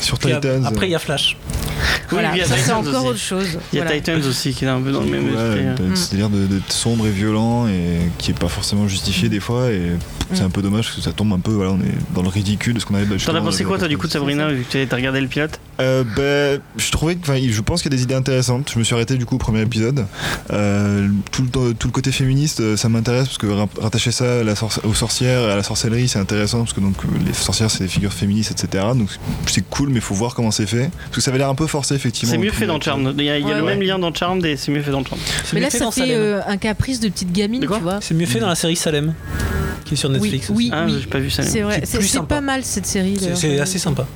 Speaker 4: sur
Speaker 3: Puis
Speaker 4: Titans. euh,
Speaker 3: Après, il y a Flash.
Speaker 6: Voilà,
Speaker 2: Oui, il y a
Speaker 6: ça c'est
Speaker 2: Titans
Speaker 6: encore
Speaker 2: aussi.
Speaker 6: autre chose.
Speaker 2: Il y a
Speaker 6: Voilà.
Speaker 2: Titans aussi qui est un peu dans le même esprit.
Speaker 4: Ouais,
Speaker 2: hein.
Speaker 4: t'as
Speaker 6: Mm.
Speaker 4: un délire de, de sombre et violent et qui est pas forcément justifié des fois et c'est
Speaker 6: Mm.
Speaker 4: un peu dommage parce que ça tombe un peu voilà on est dans le ridicule de ce qu'on avait
Speaker 2: T'en as pensé quoi toi du coup de Sabrina vu que t'as regardé le pilote
Speaker 4: euh, ben, je trouvais que, enfin, je pense qu'il y a des idées intéressantes. Je me suis arrêté du coup au premier épisode. Euh, tout, le, temps- tout le côté féministe, euh, ça m'intéresse parce que ra- rattacher ça à la sorci- aux sorcières et à la sorcellerie, c'est intéressant parce que donc euh, les sorcières c'est des figures féministes, etc. Donc c'est cool, mais faut voir comment c'est fait parce que ça avait l'air un peu forcé effectivement.
Speaker 2: C'est
Speaker 4: au
Speaker 2: mieux
Speaker 4: premier
Speaker 2: fait dans
Speaker 4: épisode.
Speaker 2: Charmed. Il y a, il y a
Speaker 6: Ouais,
Speaker 2: le
Speaker 6: ouais.
Speaker 2: même lien dans Charmed et c'est mieux fait dans Charmed.
Speaker 3: C'est
Speaker 6: Mais
Speaker 3: mieux
Speaker 6: là
Speaker 3: dans
Speaker 6: ça fait
Speaker 3: Salem.
Speaker 6: euh, un caprice de petite gamine,
Speaker 2: De
Speaker 6: tu
Speaker 2: quoi
Speaker 6: vois.
Speaker 3: C'est mieux fait dans la série Salem qui est sur
Speaker 6: Oui,
Speaker 3: Netflix. aussi.
Speaker 6: oui,
Speaker 2: Ah,
Speaker 6: oui.
Speaker 2: j'ai pas vu ça.
Speaker 6: C'est vrai,
Speaker 3: C'est
Speaker 6: c'est
Speaker 3: plus
Speaker 6: c'est
Speaker 3: sympa.
Speaker 6: pas mal cette série.
Speaker 3: C'est-
Speaker 6: d'ailleurs.
Speaker 3: C'est assez sympa.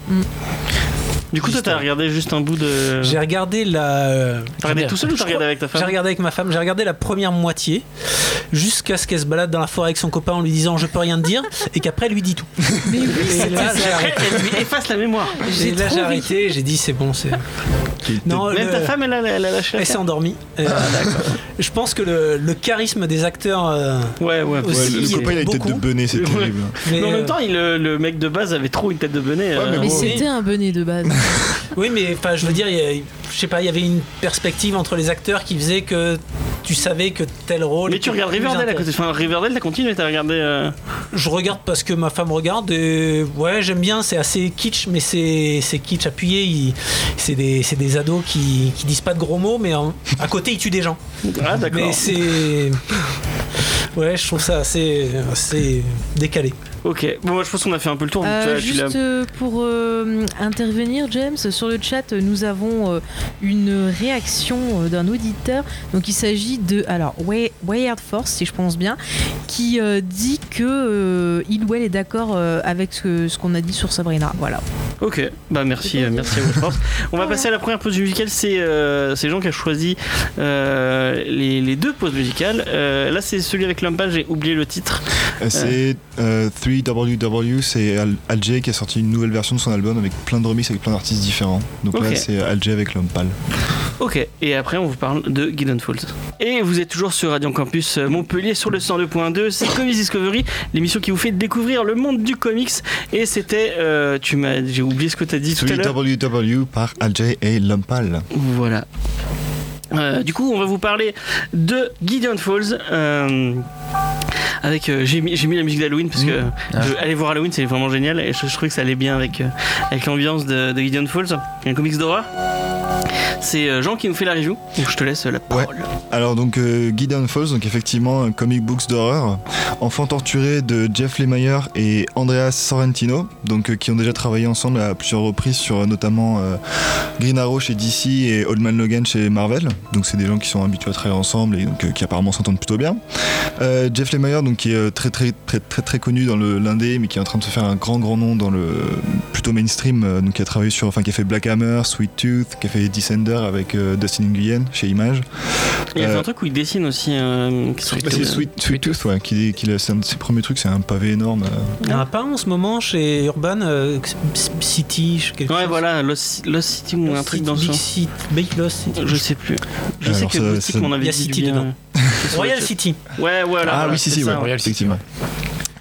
Speaker 2: Du coup, toi, t'as
Speaker 3: L'histoire.
Speaker 2: regardé juste un bout de.
Speaker 3: J'ai regardé la. euh,
Speaker 2: T'as regardé tout seul ou
Speaker 3: Je
Speaker 2: t'as regardé
Speaker 3: crois-
Speaker 2: avec ta
Speaker 3: J'ai
Speaker 2: femme
Speaker 3: regardé avec ma femme, j'ai regardé la première moitié jusqu'à ce qu'elle se balade dans la forêt avec son copain en lui disant je peux rien te dire et qu'après elle lui dit tout.
Speaker 6: Mais oui,
Speaker 3: Et
Speaker 6: c'était
Speaker 3: là
Speaker 6: ça.
Speaker 3: j'ai
Speaker 2: Après,
Speaker 3: arrêté.
Speaker 2: elle lui efface la mémoire.
Speaker 6: J'ai
Speaker 3: Et là,
Speaker 6: trop
Speaker 3: j'ai
Speaker 6: ri.
Speaker 3: arrêté, j'ai dit c'est bon, c'est.
Speaker 4: Qui était-
Speaker 3: Non,
Speaker 2: Même
Speaker 3: le-
Speaker 2: ta femme, elle a, elle a lâché.
Speaker 3: elle s'est
Speaker 2: l'affaire.
Speaker 3: endormie. Euh,
Speaker 2: Ah,
Speaker 3: je pense que le, le charisme des acteurs. euh,
Speaker 2: Ouais, ouais.
Speaker 3: Aussi,
Speaker 4: Ouais, le, le
Speaker 3: il y a
Speaker 4: copain il a une tête de
Speaker 3: beaucoup.
Speaker 4: benet, c'est
Speaker 2: Ouais.
Speaker 4: terrible.
Speaker 3: mais,
Speaker 2: Mais en même
Speaker 3: euh,
Speaker 2: temps, il- le, le mec de base avait trop une tête de bonnet. euh,
Speaker 4: Ouais, mais
Speaker 6: Mais
Speaker 4: bon.
Speaker 6: c'était un bonnet de base.
Speaker 3: Oui, mais enfin, je veux dire, il y a- je sais pas, il y avait une perspective entre les acteurs qui faisait que tu savais que tel rôle.
Speaker 2: Mais
Speaker 3: était
Speaker 2: tu regardes
Speaker 3: plus
Speaker 2: Riverdale à
Speaker 3: intéressant.
Speaker 2: côté. Enfin, Riverdale, t'as continué, t'as regardé. euh,
Speaker 3: Je regarde parce que ma femme regarde et ouais, j'aime bien, c'est assez kitsch, mais c'est c'est kitsch appuyé. il- C'est des, c'est des ados qui, qui disent pas de gros mots, mais en- à côté ils tuent des gens.
Speaker 2: Ah, d'accord.
Speaker 3: Mais c'est. Ouais, je trouve ça assez, assez décalé.
Speaker 2: Ok. Bon, moi, je pense qu'on a fait un peu le tour. vu que
Speaker 6: Euh,
Speaker 2: toi, tu l'as-
Speaker 6: juste euh, pour euh, intervenir, James, sur le chat, euh, nous avons euh, une réaction euh, d'un auditeur. Donc, il s'agit de alors Way- Wayard Force, si je prononce bien, qui euh, dit que euh, il ou elle est d'accord euh, avec ce, que- ce qu'on a dit sur Sabrina. Voilà.
Speaker 2: Ok, bah merci, euh, merci à vous, je pense. On va passer à la première pause musicale. C'est euh, c'est Jean qui a choisi euh, les, les deux pauses musicales. Euh, là, c'est celui avec Lumpa, j'ai oublié le titre.
Speaker 4: Euh, C'est euh, 3WW, c'est Al- Alger qui a sorti une nouvelle version de son album avec plein de remixes avec plein d'artistes différents. Donc
Speaker 2: Ok.
Speaker 4: là, c'est Alger avec l'homme pâle.
Speaker 2: Ok, et après, on vous parle de Gideon Falls. Et vous êtes toujours sur Radio Campus euh, Montpellier sur le 102.2. C'est Comics Discovery, l'émission qui vous fait découvrir le monde du comics. Et c'était. euh, tu m'as. J'ai oublié ce que t'as dit tout à l'heure.
Speaker 4: 3WW par Alger et l'homme pâle.
Speaker 2: Voilà. Euh, du coup, on va vous parler de Gideon Falls. Euh, avec euh, j'ai mis, j'ai mis la musique d'Halloween parce que
Speaker 3: Mmh.
Speaker 2: euh,
Speaker 5: Ah.
Speaker 2: je- aller voir Halloween c'est vraiment génial et je, je trouvais que ça allait bien avec euh, avec l'ambiance de, de Gideon Falls, un comics d'horreur. C'est euh, Jean qui nous fait la review. Donc je te laisse euh, la parole.
Speaker 4: Alors donc euh, Gideon Falls, donc effectivement un comic books d'horreur, enfant torturé de Jeff Lemire et Andreas Sorrentino, donc euh, qui ont déjà travaillé ensemble à plusieurs reprises sur euh, notamment euh, Green Arrow chez DC et Old Man Logan chez Marvel. Donc c'est des gens qui sont habitués à travailler ensemble et donc euh, qui apparemment s'entendent plutôt bien. Euh, Jeff Lemire donc qui est euh, très très très très très connu dans le l'indé mais qui est en train de se faire un grand grand nom dans le plutôt mainstream euh, donc qui a travaillé sur enfin qui a fait Black Hammer, Sweet Tooth, qui a fait Descender avec euh, Dustin Nguyen chez Image.
Speaker 2: Il y a fait
Speaker 4: euh,
Speaker 2: un truc où il dessine aussi. euh, qui sont-
Speaker 5: Sweet
Speaker 4: Bah, c'est Sweet, Sweet Tooth, ouais, qui, qui l'a- c'est un de ses premiers trucs, c'est un pavé énorme. euh.
Speaker 3: Il y en a pas un en ce moment chez Urban euh, C- City, je- quelque
Speaker 2: Ouais
Speaker 3: chose.
Speaker 2: voilà Lost, Lost City ou un
Speaker 3: Lost
Speaker 2: truc
Speaker 3: City,
Speaker 2: dans ce
Speaker 3: Big
Speaker 2: genre.
Speaker 3: City, Big Lost City.
Speaker 2: Je sais plus. Je sais
Speaker 4: Alors,
Speaker 2: que
Speaker 4: ça-
Speaker 2: Boutique
Speaker 4: ça-
Speaker 2: m'en
Speaker 3: il y
Speaker 2: avait
Speaker 3: a
Speaker 2: dit du
Speaker 3: City
Speaker 2: bien.
Speaker 3: dedans.
Speaker 2: C'est
Speaker 3: Royal
Speaker 2: sur-
Speaker 3: City.
Speaker 2: Ouais voilà.
Speaker 4: ah
Speaker 2: voilà,
Speaker 4: oui, si,
Speaker 2: c'est
Speaker 4: si,
Speaker 2: ça,
Speaker 4: ouais,
Speaker 2: ouais.
Speaker 5: Royal City,
Speaker 4: effectivement.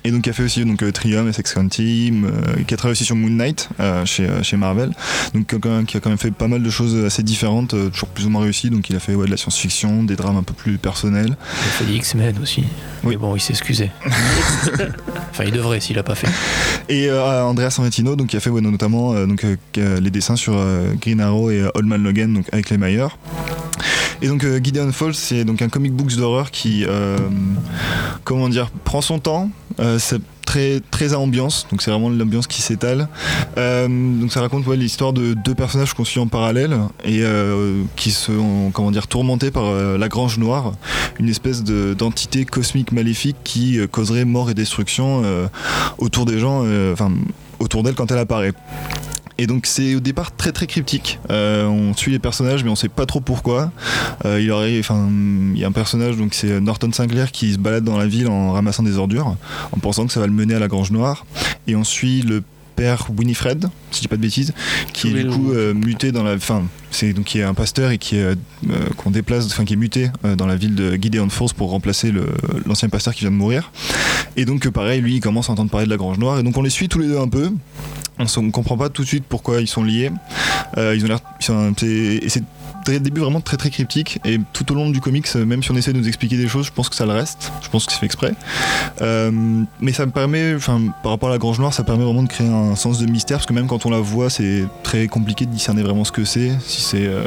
Speaker 4: Et donc, il a fait aussi donc, euh, Trium, SX Team, euh, qui a travaillé aussi sur Moon Knight euh, chez, euh, chez Marvel, donc qui a, quand même, qui a quand même fait pas mal de choses assez différentes, euh, toujours plus ou moins réussies. Donc, il a fait ouais, de la science-fiction, des drames un peu plus personnels.
Speaker 5: Il a fait des X-Men aussi.
Speaker 4: Oui.
Speaker 5: Mais bon, il s'est excusé. enfin, il devrait s'il a pas fait.
Speaker 4: Et euh, Andrea Sorrentino, donc, qui a fait ouais, notamment euh, donc, euh, euh, les dessins sur euh, Green Arrow et euh, Old Man Logan, donc avec les Mayer. Et donc euh, Gideon Falls, c'est donc un comic books d'horreur qui, euh, comment dire, prend son temps. Euh, c'est très très à ambiance, donc c'est vraiment l'ambiance qui s'étale. Euh, donc ça raconte ouais, l'histoire de deux personnages qu'on suit en parallèle et euh, qui sont comment dire tourmentés par euh, la Grange Noire, une espèce de- d'entité cosmique maléfique qui euh, causerait mort et destruction euh, autour des gens, euh, enfin autour d'elle quand elle apparaît. Et donc c'est au départ très très cryptique. Euh, on suit les personnages mais on sait pas trop pourquoi. Euh, il aurait, enfin, il y a un personnage, donc c'est Norton Sinclair qui se balade dans la ville en ramassant des ordures, en pensant que ça va le mener à la Grange Noire. Et on suit le père Winifred, si je dis pas de bêtises, qui est
Speaker 2: Oui,
Speaker 4: du
Speaker 2: oui.
Speaker 4: coup euh, muté dans la, enfin, c'est donc qui est un pasteur et qui est euh, euh, qu'on déplace, enfin qui est muté euh, dans la ville de Gideon Falls pour remplacer le- l'ancien pasteur qui vient de mourir. Et donc euh, pareil, lui, il commence à entendre parler de la Grange Noire. Et donc on les suit tous les deux un peu. On ne comprend pas tout de suite pourquoi ils sont liés. Euh, ils ont l'air, ils sont- c'est- et c'est très début vraiment très très cryptique et tout au long du comics euh, même si on essaie de nous expliquer des choses je pense que ça le reste je pense que c'est fait exprès Euh, mais ça me permet enfin par rapport à la Grange Noire ça permet vraiment de créer un sens de mystère parce que même quand on la voit c'est très compliqué de discerner vraiment ce que c'est si c'est euh,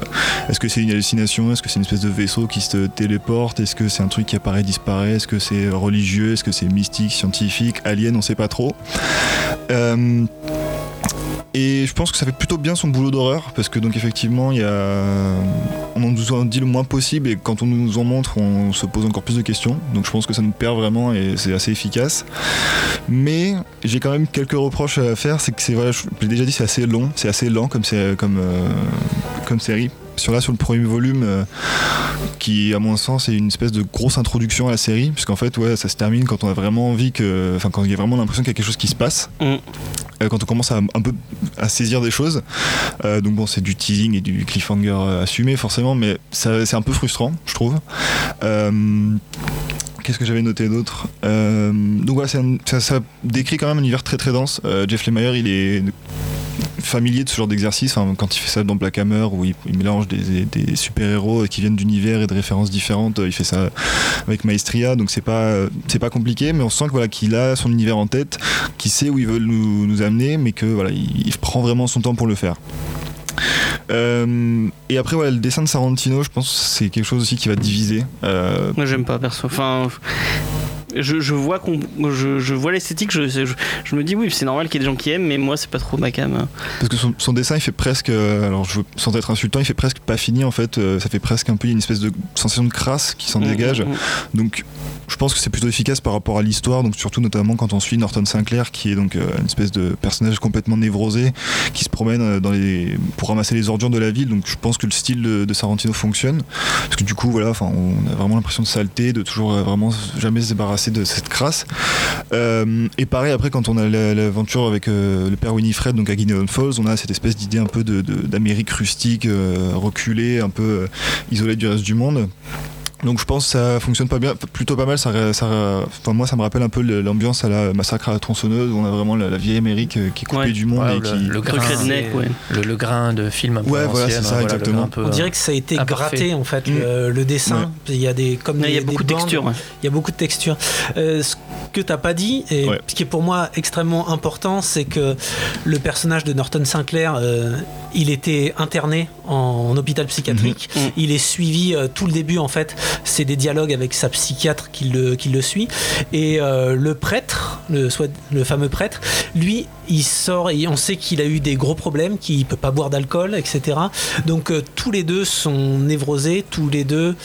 Speaker 4: est-ce que c'est une hallucination est-ce que c'est une espèce de vaisseau qui se téléporte est-ce que c'est un truc qui apparaît disparaît est-ce que c'est religieux est-ce que c'est mystique scientifique alien on sait pas trop Euh, et je pense que ça fait plutôt bien son boulot d'horreur parce que donc effectivement il y a on nous en dit le moins possible et quand on nous en montre on se pose encore plus de questions donc je pense que ça nous perd vraiment et c'est assez efficace mais j'ai quand même quelques reproches à faire c'est que c'est voilà je je l'ai déjà dit c'est assez long c'est assez lent comme c'est comme euh, comme série sur là sur le premier volume euh, qui à mon sens est une espèce de grosse introduction à la série puisqu'en fait ouais ça se termine quand on a vraiment envie que enfin quand il y a vraiment l'impression qu'il y a quelque chose qui se passe
Speaker 2: Mm.
Speaker 4: Euh, quand on commence à un peu à saisir des choses euh, donc bon, c'est du teasing et du cliffhanger euh, assumé forcément, mais ça- c'est un peu frustrant, je trouve. Euh, Qu'est-ce que j'avais noté d'autre Euh, Donc voilà, c'est un- ça, ça décrit quand même un univers très très dense. Euh, Jeff Lemire, il est familier de ce genre d'exercice hein, quand il fait ça dans Black Hammer où il, il mélange des, des- des super-héros qui viennent d'univers et de références différentes Euh, il fait ça avec Maestria donc c'est pas euh, c'est pas compliqué mais on sent que voilà qu'il a son univers en tête qui sait où ils veulent nous, nous amener, mais que voilà, il, il prend vraiment son temps pour le faire. Euh, et après, voilà, le dessin de Sarantino, je pense que c'est quelque chose aussi qui va diviser. Euh,
Speaker 2: Moi j'aime pas perso. Enfin, je, je vois qu'on, je, je vois l'esthétique. Je, je, je me dis oui, c'est normal qu'il y ait des gens qui aiment, mais moi c'est pas trop ma cam.
Speaker 4: parce que son, son dessin, il fait presque, euh, alors je, veux- sans être insultant, il fait presque pas fini en fait. euh, ça fait presque un peu une espèce de sensation de crasse qui s'en dégage.
Speaker 2: Mm, mm,
Speaker 4: Donc je pense que c'est plutôt efficace par rapport à l'histoire, donc surtout notamment quand on suit Norton Sinclair qui est donc euh, une espèce de personnage complètement névrosé qui se promène euh, dans les pour ramasser les ordures de la ville. Donc je pense que le style de, de Sarantino fonctionne parce que du coup voilà, enfin on a vraiment l'impression de saleté, de toujours euh, vraiment jamais se débarrasser de cette crasse. Euh, et pareil après quand on a la- l'aventure avec euh, le père Winifred donc à Gideon Falls, on a cette espèce d'idée un peu de- de- d'Amérique rustique euh, reculée, un peu euh, isolée du reste du monde Donc je pense que ça fonctionne pas bien, plutôt pas mal. Ça, ra- ça ra- enfin, moi, ça me rappelle un peu le- l'ambiance à la massacre à la tronçonneuse. où On a vraiment la, la vieille Amérique euh, qui est coupée
Speaker 2: Ouais.
Speaker 4: du monde
Speaker 5: Ouais,
Speaker 4: et qui.
Speaker 5: le grain,
Speaker 2: Recret de nez, ouais.
Speaker 5: le, le grain de film un peu
Speaker 4: Ouais, voilà,
Speaker 5: ancien,
Speaker 4: c'est ça,
Speaker 5: hein, le
Speaker 4: exactement.
Speaker 5: grain un peu,
Speaker 3: On dirait
Speaker 5: euh,
Speaker 3: que ça a été
Speaker 5: imparfait.
Speaker 3: gratté en fait le, le dessin.
Speaker 4: Ouais.
Speaker 3: Il y a des comme
Speaker 2: bah. Mm. Ouais, Il y
Speaker 3: des,
Speaker 2: a
Speaker 3: des
Speaker 2: beaucoup de
Speaker 3: bandes.
Speaker 2: textures. ouais.
Speaker 3: Il y a beaucoup de textures. Euh, ce que t'as pas dit et
Speaker 4: Ouais.
Speaker 3: ce qui est pour moi extrêmement important, c'est que le personnage de Norton Sinclair, euh, il était interné en, en hôpital psychiatrique.
Speaker 2: Mhm. Mhm.
Speaker 3: Il est suivi euh, tout le début en fait. C'est des dialogues avec sa psychiatre qui le qui le suit et euh, le prêtre, le soit le fameux prêtre, lui, il sort et on sait qu'il a eu des gros problèmes, qu'il peut pas boire d'alcool, etc. Donc euh, tous les deux sont névrosés, tous les deux.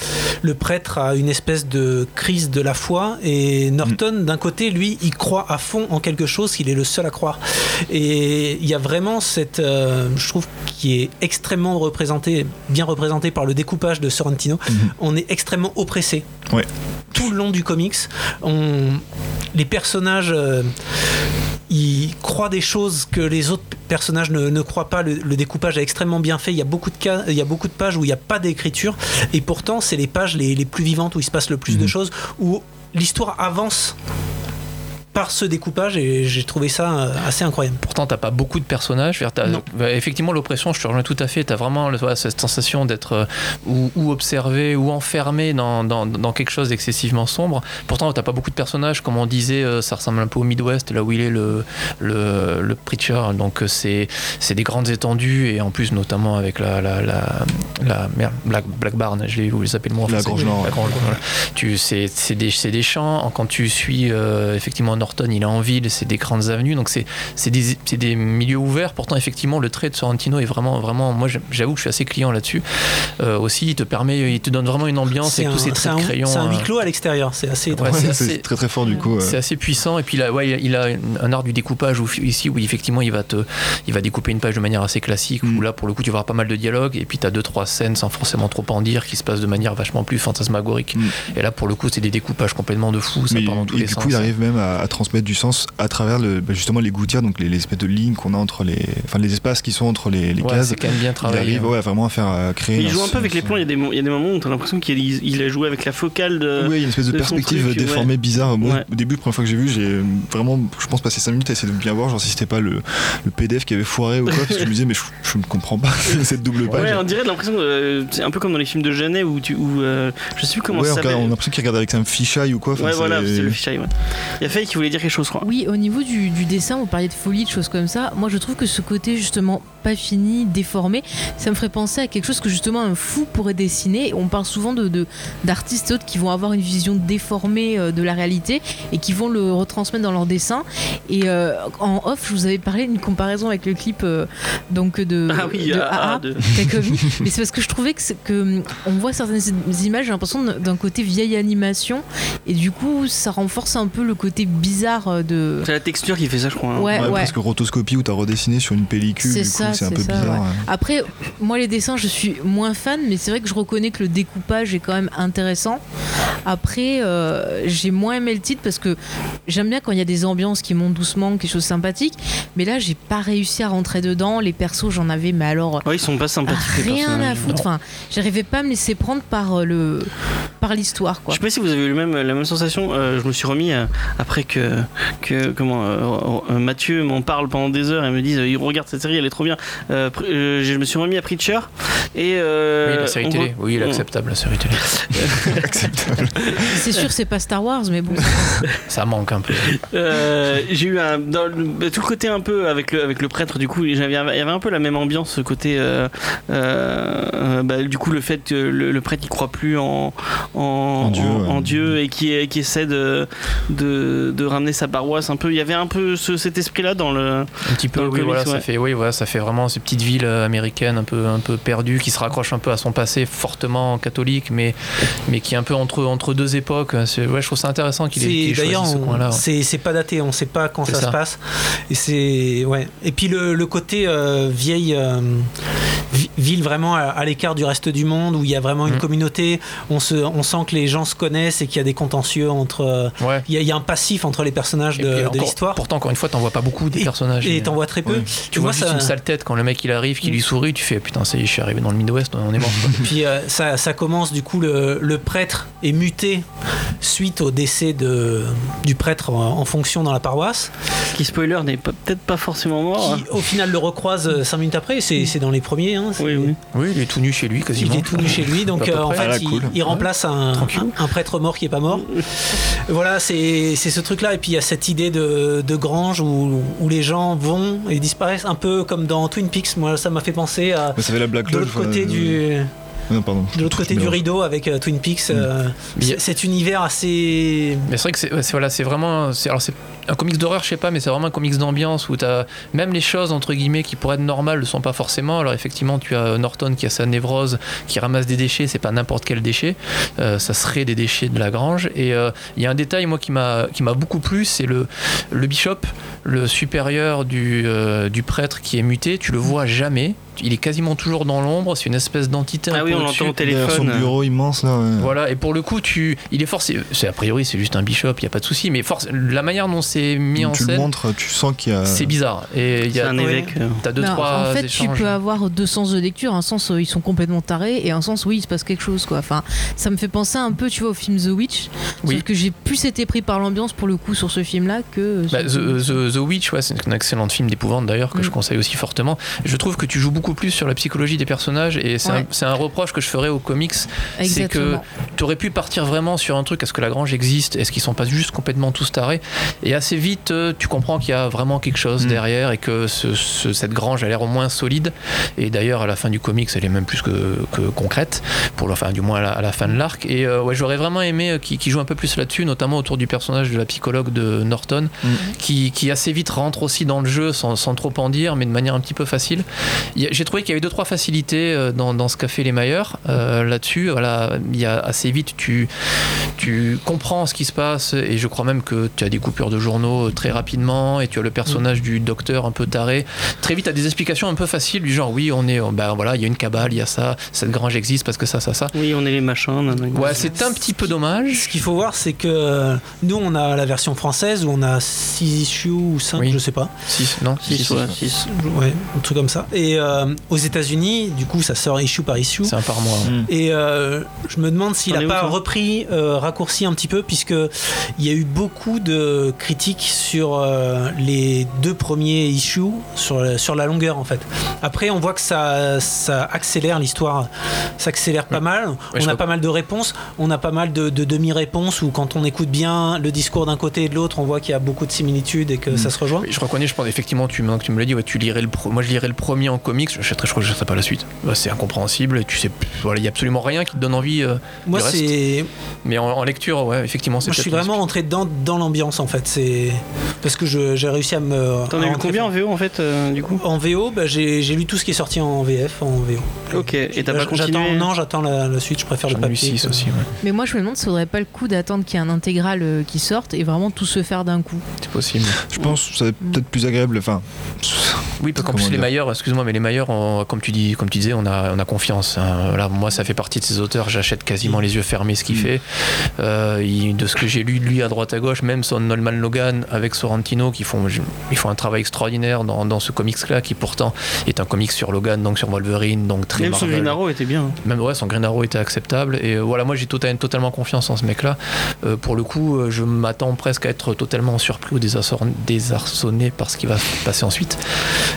Speaker 3: Le prêtre a une espèce de crise de la foi et Norton, d'un côté, lui, il croit à fond en quelque chose, il est le seul à croire. Et il y a vraiment cette, euh, je trouve, qui est extrêmement représentée, bien représentée par le découpage de Sorrentino. On est extrêmement oppressé
Speaker 4: Ouais.
Speaker 3: tout le long du comics. On, les personnages. euh, ils croient des choses que les autres personnages ne, ne croient pas. Le, le découpage est extrêmement bien fait. Il y a beaucoup de, cas, il y a beaucoup de pages où il n'y a pas d'écriture. Et pourtant, c'est les pages les, les plus vivantes où il se passe le plus de
Speaker 4: Mhm.
Speaker 3: choses, où l'histoire avance par ce découpage. Et j'ai trouvé ça euh, assez incroyable.
Speaker 5: pourtant t'as pas beaucoup de personnages Je veux dire, t'as-
Speaker 3: Non.
Speaker 5: bah, effectivement l'oppression je te rejoins tout à fait t'as vraiment le- voilà, cette sensation d'être euh, ou, ou observé ou enfermé dans, dans- dans quelque chose d'excessivement sombre pourtant t'as pas beaucoup de personnages comme on disait euh, ça ressemble un peu au Midwest là où il est le, le, le preacher donc euh, c'est c'est des grandes étendues et en plus notamment avec la, la, la, la- merde, Black, Black Barn je l'ai oublié ça s'appelle le mot en
Speaker 4: La
Speaker 5: français.
Speaker 4: Grange Nord,
Speaker 5: La
Speaker 4: ouais.
Speaker 5: Grange Nord, voilà. tu c'est c'est des, c'est des champs quand tu suis euh, effectivement Norton il est en ville c'est des grandes avenues donc c'est c'est des, c'est des milieux ouverts. Pourtant, effectivement, le trait de Sorrentino est vraiment, vraiment. Moi, j'aime- j'avoue que je suis assez client là-dessus. Euh, aussi, il te permet, il te donne vraiment une ambiance
Speaker 3: C'est
Speaker 5: avec
Speaker 3: un,
Speaker 5: tous ces
Speaker 3: c'est
Speaker 5: traits
Speaker 3: un-
Speaker 5: de crayon.
Speaker 3: c'est un
Speaker 5: euh,
Speaker 3: huis clos à l'extérieur. C'est assez étrange.
Speaker 5: Ouais, c'est
Speaker 4: Ouais,
Speaker 5: assez-
Speaker 4: c'est très très fort du coup. euh.
Speaker 5: c'est assez puissant et puis là, ouais, il a une- un art du découpage où, ici où effectivement il va te, il va découper une page de manière assez classique où
Speaker 4: Mm.
Speaker 5: là pour le coup tu vas avoir pas mal de dialogues et puis tu as deux trois scènes sans forcément trop en dire qui se passent de manière vachement plus fantasmagorique
Speaker 4: Mm.
Speaker 5: et là pour le coup c'est des découpages complètement de fou ça
Speaker 4: Mais-
Speaker 5: part dans tous
Speaker 4: et
Speaker 5: les
Speaker 4: du
Speaker 5: sens
Speaker 4: coup, il arrive même à, à transmettre du sens à travers le, bah, justement les gouttières, donc les, les espèces de lignes qu'on a entre les, enfin les espaces qui sont entre les, les
Speaker 5: Ouais,
Speaker 4: cases.
Speaker 5: c'est quand même bien
Speaker 4: Il
Speaker 5: travaillé hein.
Speaker 4: arrive ouais, vraiment à faire euh, créer.
Speaker 2: Il
Speaker 4: un
Speaker 2: joue un
Speaker 4: sens-
Speaker 2: peu avec les plans. Il y a des mo- il y a des moments où t'as l'impression qu'il il a joué avec la focale de.
Speaker 4: Oui, il y a une espèce de,
Speaker 2: de son
Speaker 4: perspective
Speaker 2: truc,
Speaker 4: déformée bizarre. Moi,
Speaker 2: Ouais.
Speaker 4: au début, la première fois que j'ai vu, j'ai euh, vraiment, je pense, passé 5 minutes à essayer de bien voir, genre si c'était pas le, le PDF qui avait foiré ou quoi, parce que je me disais, mais je, je ne comprends pas cette double page.
Speaker 2: Ouais, on dirait l'impression, euh, c'est un peu comme dans les films de Genet où tu, où euh, je sais plus comment
Speaker 4: Ouais,
Speaker 2: ça
Speaker 4: on a
Speaker 2: s'appelle.
Speaker 4: on a l'impression qu'il regarde avec un fisheye ou quoi. enfin,
Speaker 2: Ouais, voilà,
Speaker 4: c'est-
Speaker 2: c'est le fisheye. Ouais. Il y a Faye qui voulait dire quelque chose, je crois.
Speaker 6: Oui, au niveau du, du dessin, on parlait de folie, de choses comme ça. Moi, je trouve que ce côté justement pas fini, déformé, ça me ferait penser à quelque chose que justement un fou pourrait dessiner. On parle souvent de de- d'artistes autres qui vont avoir une vision déformée euh, de la réalité et qui vont le retransmettre dans leur dessin. Et euh, en off, je vous avais parlé d'une comparaison avec le clip euh, donc de
Speaker 2: Ah oui,
Speaker 6: de
Speaker 2: ah, ah,
Speaker 6: AA.
Speaker 2: de-
Speaker 6: Takami. mais c'est parce que je trouvais que, c'est- que hum, on voit certaines images, j'ai l'impression d'un côté vieille animation, et du coup, ça renforce un peu le côté bizarre euh, de.
Speaker 2: c'est la texture qui fait ça, je crois. hein.
Speaker 6: Ouais,
Speaker 4: Ouais,
Speaker 6: ouais.
Speaker 4: presque rotoscopie où t'as redessiné sur une pellicule,
Speaker 6: C'est
Speaker 4: du coup,
Speaker 6: ça,
Speaker 4: c'est un
Speaker 6: c'est
Speaker 4: peu
Speaker 6: ça,
Speaker 4: bizarre.
Speaker 6: ouais.
Speaker 4: hein.
Speaker 6: Après, moi, les dessins, je suis moins fan, mais c'est vrai que je reconnais que le découpage est quand même intéressant. Après, euh, j'ai moins aimé le titre parce que j'aime bien quand il y a des ambiances qui montent doucement, quelque chose de sympathique, mais là, j'ai pas réussi à rentrer dedans. Les persos, j'en avais, mais alors
Speaker 2: Ouais, ils sont pas sympathiques. les
Speaker 6: rien à
Speaker 2: personnages.
Speaker 6: foutre. Enfin, j'arrivais pas à me laisser prendre par euh, le par l'histoire
Speaker 2: Je
Speaker 6: quoi.
Speaker 2: sais pas si vous avez eu le même, la même sensation. euh, je me suis remis euh, après que, que comment, euh, euh, Mathieu m'en parle pendant des heures et me dise euh, il regarde cette série, elle est trop bien. Euh, pr- euh, je me suis remis à Preacher. Et, euh,
Speaker 5: oui, la série
Speaker 2: on
Speaker 5: télé, oui, il est
Speaker 2: on-
Speaker 5: acceptable la série télé.
Speaker 6: C'est sûr, c'est pas Star Wars, mais bon.
Speaker 5: Ça manque un peu.
Speaker 2: Euh, j'ai eu un dans le- bah, tout le côté un peu avec le avec le prêtre du coup j'avais- il y avait un peu la même ambiance ce côté euh, euh, euh, bah, du coup le fait que le, le prêtre il croit plus en en,
Speaker 4: Dieu,
Speaker 2: en-
Speaker 4: ouais.
Speaker 2: en Dieu et qui qui essaie de, de de ramener sa paroisse un peu il y avait un peu ce- cet esprit là dans le
Speaker 5: Un petit peu,
Speaker 2: Dans le
Speaker 5: oui,
Speaker 2: comics,
Speaker 5: voilà,
Speaker 2: ouais.
Speaker 5: ça fait, oui, voilà, ça fait vraiment ces petites villes euh, américaines un peu, un peu perdues qui se raccrochent un peu à son passé fortement catholique, mais, mais qui est un peu entre, entre deux époques. C'est- Ouais, je trouve ça intéressant qu'il ait, qu'il
Speaker 3: C'est
Speaker 5: ait
Speaker 3: d'ailleurs,
Speaker 5: choisi ce
Speaker 3: on-
Speaker 5: coin-là. ouais.
Speaker 3: c'est c'est pas daté, on sait pas quand
Speaker 5: C'est
Speaker 3: ça,
Speaker 5: ça.
Speaker 3: se passe. Et c'est ouais. Et puis le, le côté euh, vieille euh, vi- ville vraiment à, à l'écart du reste du monde où il y a vraiment une
Speaker 5: Mhm.
Speaker 3: communauté. On, se, on sent que les gens se connaissent et qu'il y a des contentieux entre. euh,
Speaker 5: Ouais.
Speaker 3: Il y, a- il y a un passif entre les personnages
Speaker 5: Et puis
Speaker 3: de, de
Speaker 5: encore-
Speaker 3: l'histoire.
Speaker 5: Pourtant, encore une fois, t'en vois pas beaucoup des
Speaker 3: Et-
Speaker 5: personnages.
Speaker 3: Et
Speaker 5: mais-
Speaker 3: t'en vois très peu.
Speaker 5: Ouais. Tu vois
Speaker 3: Moi,
Speaker 5: juste
Speaker 3: ça- Mm.
Speaker 5: une sale tête quand le mec il arrive, qu'il lui sourit, tu fais putain, ça y est, je suis arrivé dans le Midwest, on est mort. quoi.
Speaker 3: Puis euh, ça, ça commence du coup le, le prêtre est muté suite au décès de, du prêtre en, en fonction dans la paroisse,
Speaker 2: Qui spoiler n'est pas- peut-être pas forcément mort. hein.
Speaker 3: qui au final le recroise 5 minutes après. C'est c'est dans les premiers. hein, c'est-
Speaker 2: Oui, oui.
Speaker 5: Ah. oui, il est tout nu chez lui quasiment.
Speaker 3: Il est tout nu chez lui,
Speaker 5: À
Speaker 3: donc
Speaker 5: peu
Speaker 3: euh, en
Speaker 5: près.
Speaker 3: fait,
Speaker 4: Ah,
Speaker 3: il,
Speaker 4: cool.
Speaker 3: il remplace un,
Speaker 5: Tranquille.
Speaker 3: un- un prêtre mort qui est pas mort. voilà, c'est c'est ce truc-là. Et puis il y a cette idée de, de grange où, où les gens vont et disparaissent, un peu comme dans Twin Peaks. Moi, ça m'a fait penser à
Speaker 4: Mais ça fait la Black
Speaker 3: de
Speaker 4: Lodge,
Speaker 3: l'autre
Speaker 4: voilà,
Speaker 3: côté
Speaker 4: de-
Speaker 3: du
Speaker 4: Non, pardon.
Speaker 3: de l'autre côté
Speaker 4: Mais
Speaker 3: du
Speaker 4: bon.
Speaker 3: rideau avec euh, Twin Peaks. euh,
Speaker 5: Mais Mm. il y a-
Speaker 3: c'est- cet univers assez
Speaker 5: Mais c'est vrai que c'est ouais, c'est- voilà, c'est vraiment c'est alors c'est un comics d'horreur, je sais pas, mais c'est vraiment un comics d'ambiance où t'as même les choses entre guillemets qui pourraient être normales ne sont pas forcément. Alors effectivement, tu as Norton qui a sa névrose, qui ramasse des déchets, c'est pas n'importe quel déchet, Euh, ça serait des déchets de la grange. Et euh, il y a un détail moi qui m'a qui m'a beaucoup plu, c'est le le bishop, le supérieur du euh, du prêtre qui est muté, tu le vois jamais, il est quasiment toujours dans l'ombre, c'est une espèce d'entité. un
Speaker 2: Ah oui,
Speaker 5: peu
Speaker 2: on
Speaker 5: au-dessus.
Speaker 2: l'entend au
Speaker 4: Derrière son
Speaker 2: téléphone. euh,
Speaker 4: bureau immense là. ouais.
Speaker 5: Voilà, et pour le coup, tu, il est forcé. C'est a priori, c'est juste un bishop, il y a pas de souci, mais force, la manière dont c'est mis en
Speaker 4: tu le
Speaker 5: scène,
Speaker 4: montres, euh, tu sens qu'il y a.
Speaker 5: c'est bizarre. Et il y
Speaker 2: C'est
Speaker 5: a,
Speaker 2: un évêque. euh,
Speaker 5: t'as deux
Speaker 6: Non,
Speaker 5: trois
Speaker 6: en fait,
Speaker 5: échanges.
Speaker 6: tu peux avoir deux sens de lecture. Un sens, euh, ils sont complètement tarés, et un sens, oui, il se passe quelque chose. Quoi. Enfin, ça me fait penser un peu, tu vois, au film The Witch.
Speaker 5: Oui.
Speaker 6: Sauf que j'ai plus été pris par l'ambiance pour le coup sur ce film-là que. euh,
Speaker 5: Bah,
Speaker 6: sur-
Speaker 5: The, The- The Witch, ouais, c'est un excellent film d'épouvante d'ailleurs que
Speaker 6: Mm.
Speaker 5: je conseille aussi fortement. Je trouve que tu joues beaucoup plus sur la psychologie des personnages et c'est
Speaker 6: Ouais.
Speaker 5: un- c'est un, reproche que je ferais aux comics. C'est que
Speaker 6: Exactement.
Speaker 5: tu aurais pu partir vraiment sur un truc est-ce que la grange existe Est-ce qu'ils sont pas juste complètement tous tarés Et assez vite, euh, tu comprends qu'il y a vraiment quelque chose
Speaker 4: Mm.
Speaker 5: derrière et que ce- ce- cette grange a l'air au moins solide. Et d'ailleurs, à la fin du comics, elle est même plus que, que concrète, pour le, enfin, du moins à la, à la fin de l'arc. Et euh, ouais, j'aurais vraiment aimé euh, qu'il qu'il joue un peu plus là-dessus, notamment autour du personnage de la psychologue de Norton,
Speaker 4: Mm.
Speaker 5: qui, qui assez vite rentre aussi dans le jeu sans, sans trop en dire, mais de manière un petit peu facile. Il y a- J'ai trouvé qu'il y avait deux trois facilités euh, dans, dans ce qu'a fait les Mailleurs euh, là-dessus. Voilà, il y a assez vite tu tu comprends ce qui se passe et je crois même que tu as des coupures de journaux euh, très rapidement et tu as le
Speaker 3: Mm.
Speaker 5: personnage du docteur un peu taré. Très vite, tu as des explications un peu faciles du genre oui, on est on- ben voilà, il y a une cabale, il y a ça, cette grange existe parce que ça ça ça.
Speaker 2: Oui, on est les machins. nan, nan, nan.
Speaker 5: Ouais, c'est un petit peu dommage.
Speaker 3: ce qu'il faut voir c'est que euh, nous on a la version française où on a 6 issues ou 5
Speaker 5: Oui.
Speaker 3: je sais pas
Speaker 5: Si, non, si,
Speaker 2: Six,
Speaker 5: si.
Speaker 2: ouais, six.
Speaker 3: ouais, un truc comme ça et euh, aux états unis du coup ça sort issue par issue
Speaker 5: C'est un par mois.
Speaker 4: Mm.
Speaker 5: ouais.
Speaker 3: Et euh, je me demande s'il
Speaker 2: T'en
Speaker 3: n'a
Speaker 2: es où,
Speaker 3: pas
Speaker 2: toi
Speaker 3: repris, euh, raccourci un petit peu, puisque il y a eu beaucoup de critiques sur euh, les deux premiers issues, sur, la- sur la longueur en fait. Après, on voit que ça, ça accélère l'histoire, s'accélère pas mal.
Speaker 5: je
Speaker 3: on a
Speaker 5: crois
Speaker 3: pas mal de réponses, on a pas mal de, de demi-réponses où quand on écoute bien le discours d'un côté et de l'autre, on voit qu'il y a beaucoup de similitudes et que ça se rejoint.
Speaker 5: Hmm. Oui, Je reconnais, je pense effectivement, tu, maintenant que tu me l'as dit, ouais, tu lirais le pro- moi je lirais le premier en comics, je, achèterais- je crois que je n'achèterais pas la suite. Bah, c'est incompréhensible, et tu sais, voilà, il n'y a absolument rien qui te donne envie. euh,
Speaker 3: Moi,
Speaker 5: reste,
Speaker 3: c'est
Speaker 5: mais en, en lecture, ouais, effectivement, c'est
Speaker 3: moi, je suis
Speaker 5: peut-être une-
Speaker 3: vraiment entré dedans dans l'ambiance en fait. C'est parce que je- j'ai réussi à me.
Speaker 2: T'en
Speaker 3: à
Speaker 2: as eu
Speaker 3: rentrer
Speaker 2: combien en VO en fait, euh, du coup
Speaker 3: En VO, bah, j'ai j'ai lu tout ce qui est sorti en VF, en VO.
Speaker 2: Ok, et t'as
Speaker 3: Là,
Speaker 2: pas
Speaker 3: j'attends-
Speaker 2: continué
Speaker 3: Non, j'attends la, la suite, je préfère le
Speaker 5: J'en ai
Speaker 3: papier.
Speaker 5: lu six
Speaker 3: que-
Speaker 5: aussi. ouais.
Speaker 6: Mais moi, je me demande, ça vaudrait pas le coup d'attendre qu'il y ait un intégral euh, qui sorte et vraiment tout se faire d'un coup.
Speaker 5: C'est possible.
Speaker 4: Je pense que ça va être peut-être plus agréable. Enfin,
Speaker 5: Oui, parce qu'en
Speaker 4: Comment
Speaker 5: plus, les
Speaker 4: dire
Speaker 5: meilleurs, excuse-moi, mais les meilleurs, on- comme, tu dis, comme tu disais, on a, on a confiance. hein. Là, moi, ça fait partie de ces auteurs, j'achète quasiment les yeux fermés ce qu'il
Speaker 4: Mm.
Speaker 5: fait. Euh, il- de ce que j'ai lu de lui à droite à gauche, même son Nolman Logan avec Sorrentino, qui font, ils font un travail extraordinaire dans, dans ce comics-là, qui pourtant est un comics sur Logan, donc sur Wolverine, donc très
Speaker 2: Même son
Speaker 5: Marvel.
Speaker 2: Green Arrow était bien. hein.
Speaker 5: Même ouais, son Green Arrow était acceptable. Et euh, voilà, moi j'ai tota- totalement confiance en ce mec-là. Euh, pour le coup, euh, je m'attends presque à être totalement surpris ou désarçon- désarçonné par ce qui va se passer ensuite.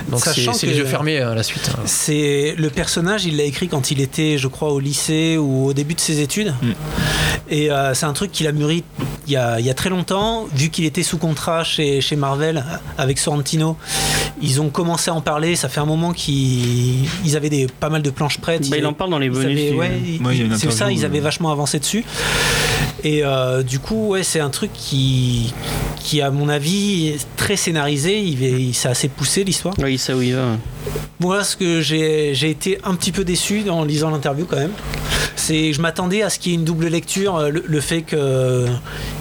Speaker 5: Donc c'est
Speaker 3: Sachant
Speaker 5: c'est les
Speaker 3: que-
Speaker 5: yeux fermés euh, à la suite. hein.
Speaker 3: C'est le personnage, il l'a écrit quand il était, je crois, au lycée ou au début de ses études.
Speaker 4: Mm.
Speaker 3: Et euh, c'est un truc qu'il a mûri il y a, il y a très longtemps, vu qu'il était sous contrat chez, chez Marvel avec Sorrentino. Ils ont commencé à en parler. Ça fait un moment qu'ils ils avaient des, pas mal de planches prêtes.
Speaker 2: Bah,
Speaker 3: Ils-
Speaker 2: il en parle dans les
Speaker 3: Ils
Speaker 2: bonus.
Speaker 3: avaient-
Speaker 2: du-
Speaker 3: ouais,
Speaker 4: Ouais, il y a une
Speaker 3: ils- c'est
Speaker 4: interview,
Speaker 3: ça, ils
Speaker 4: euh.
Speaker 3: avaient vachement avancé dessus. Et euh, du coup, ouais, c'est un truc qui, qui, à mon avis, est très scénarisé. Il, est- il s'est assez poussé l'histoire.
Speaker 2: Ouais, il sait où il va.
Speaker 3: Moi, ce que j'ai j'ai été un petit peu déçu en lisant l'interview quand même, c'est je m'attendais à ce qu'il y ait une double lecture. euh, Le, le fait que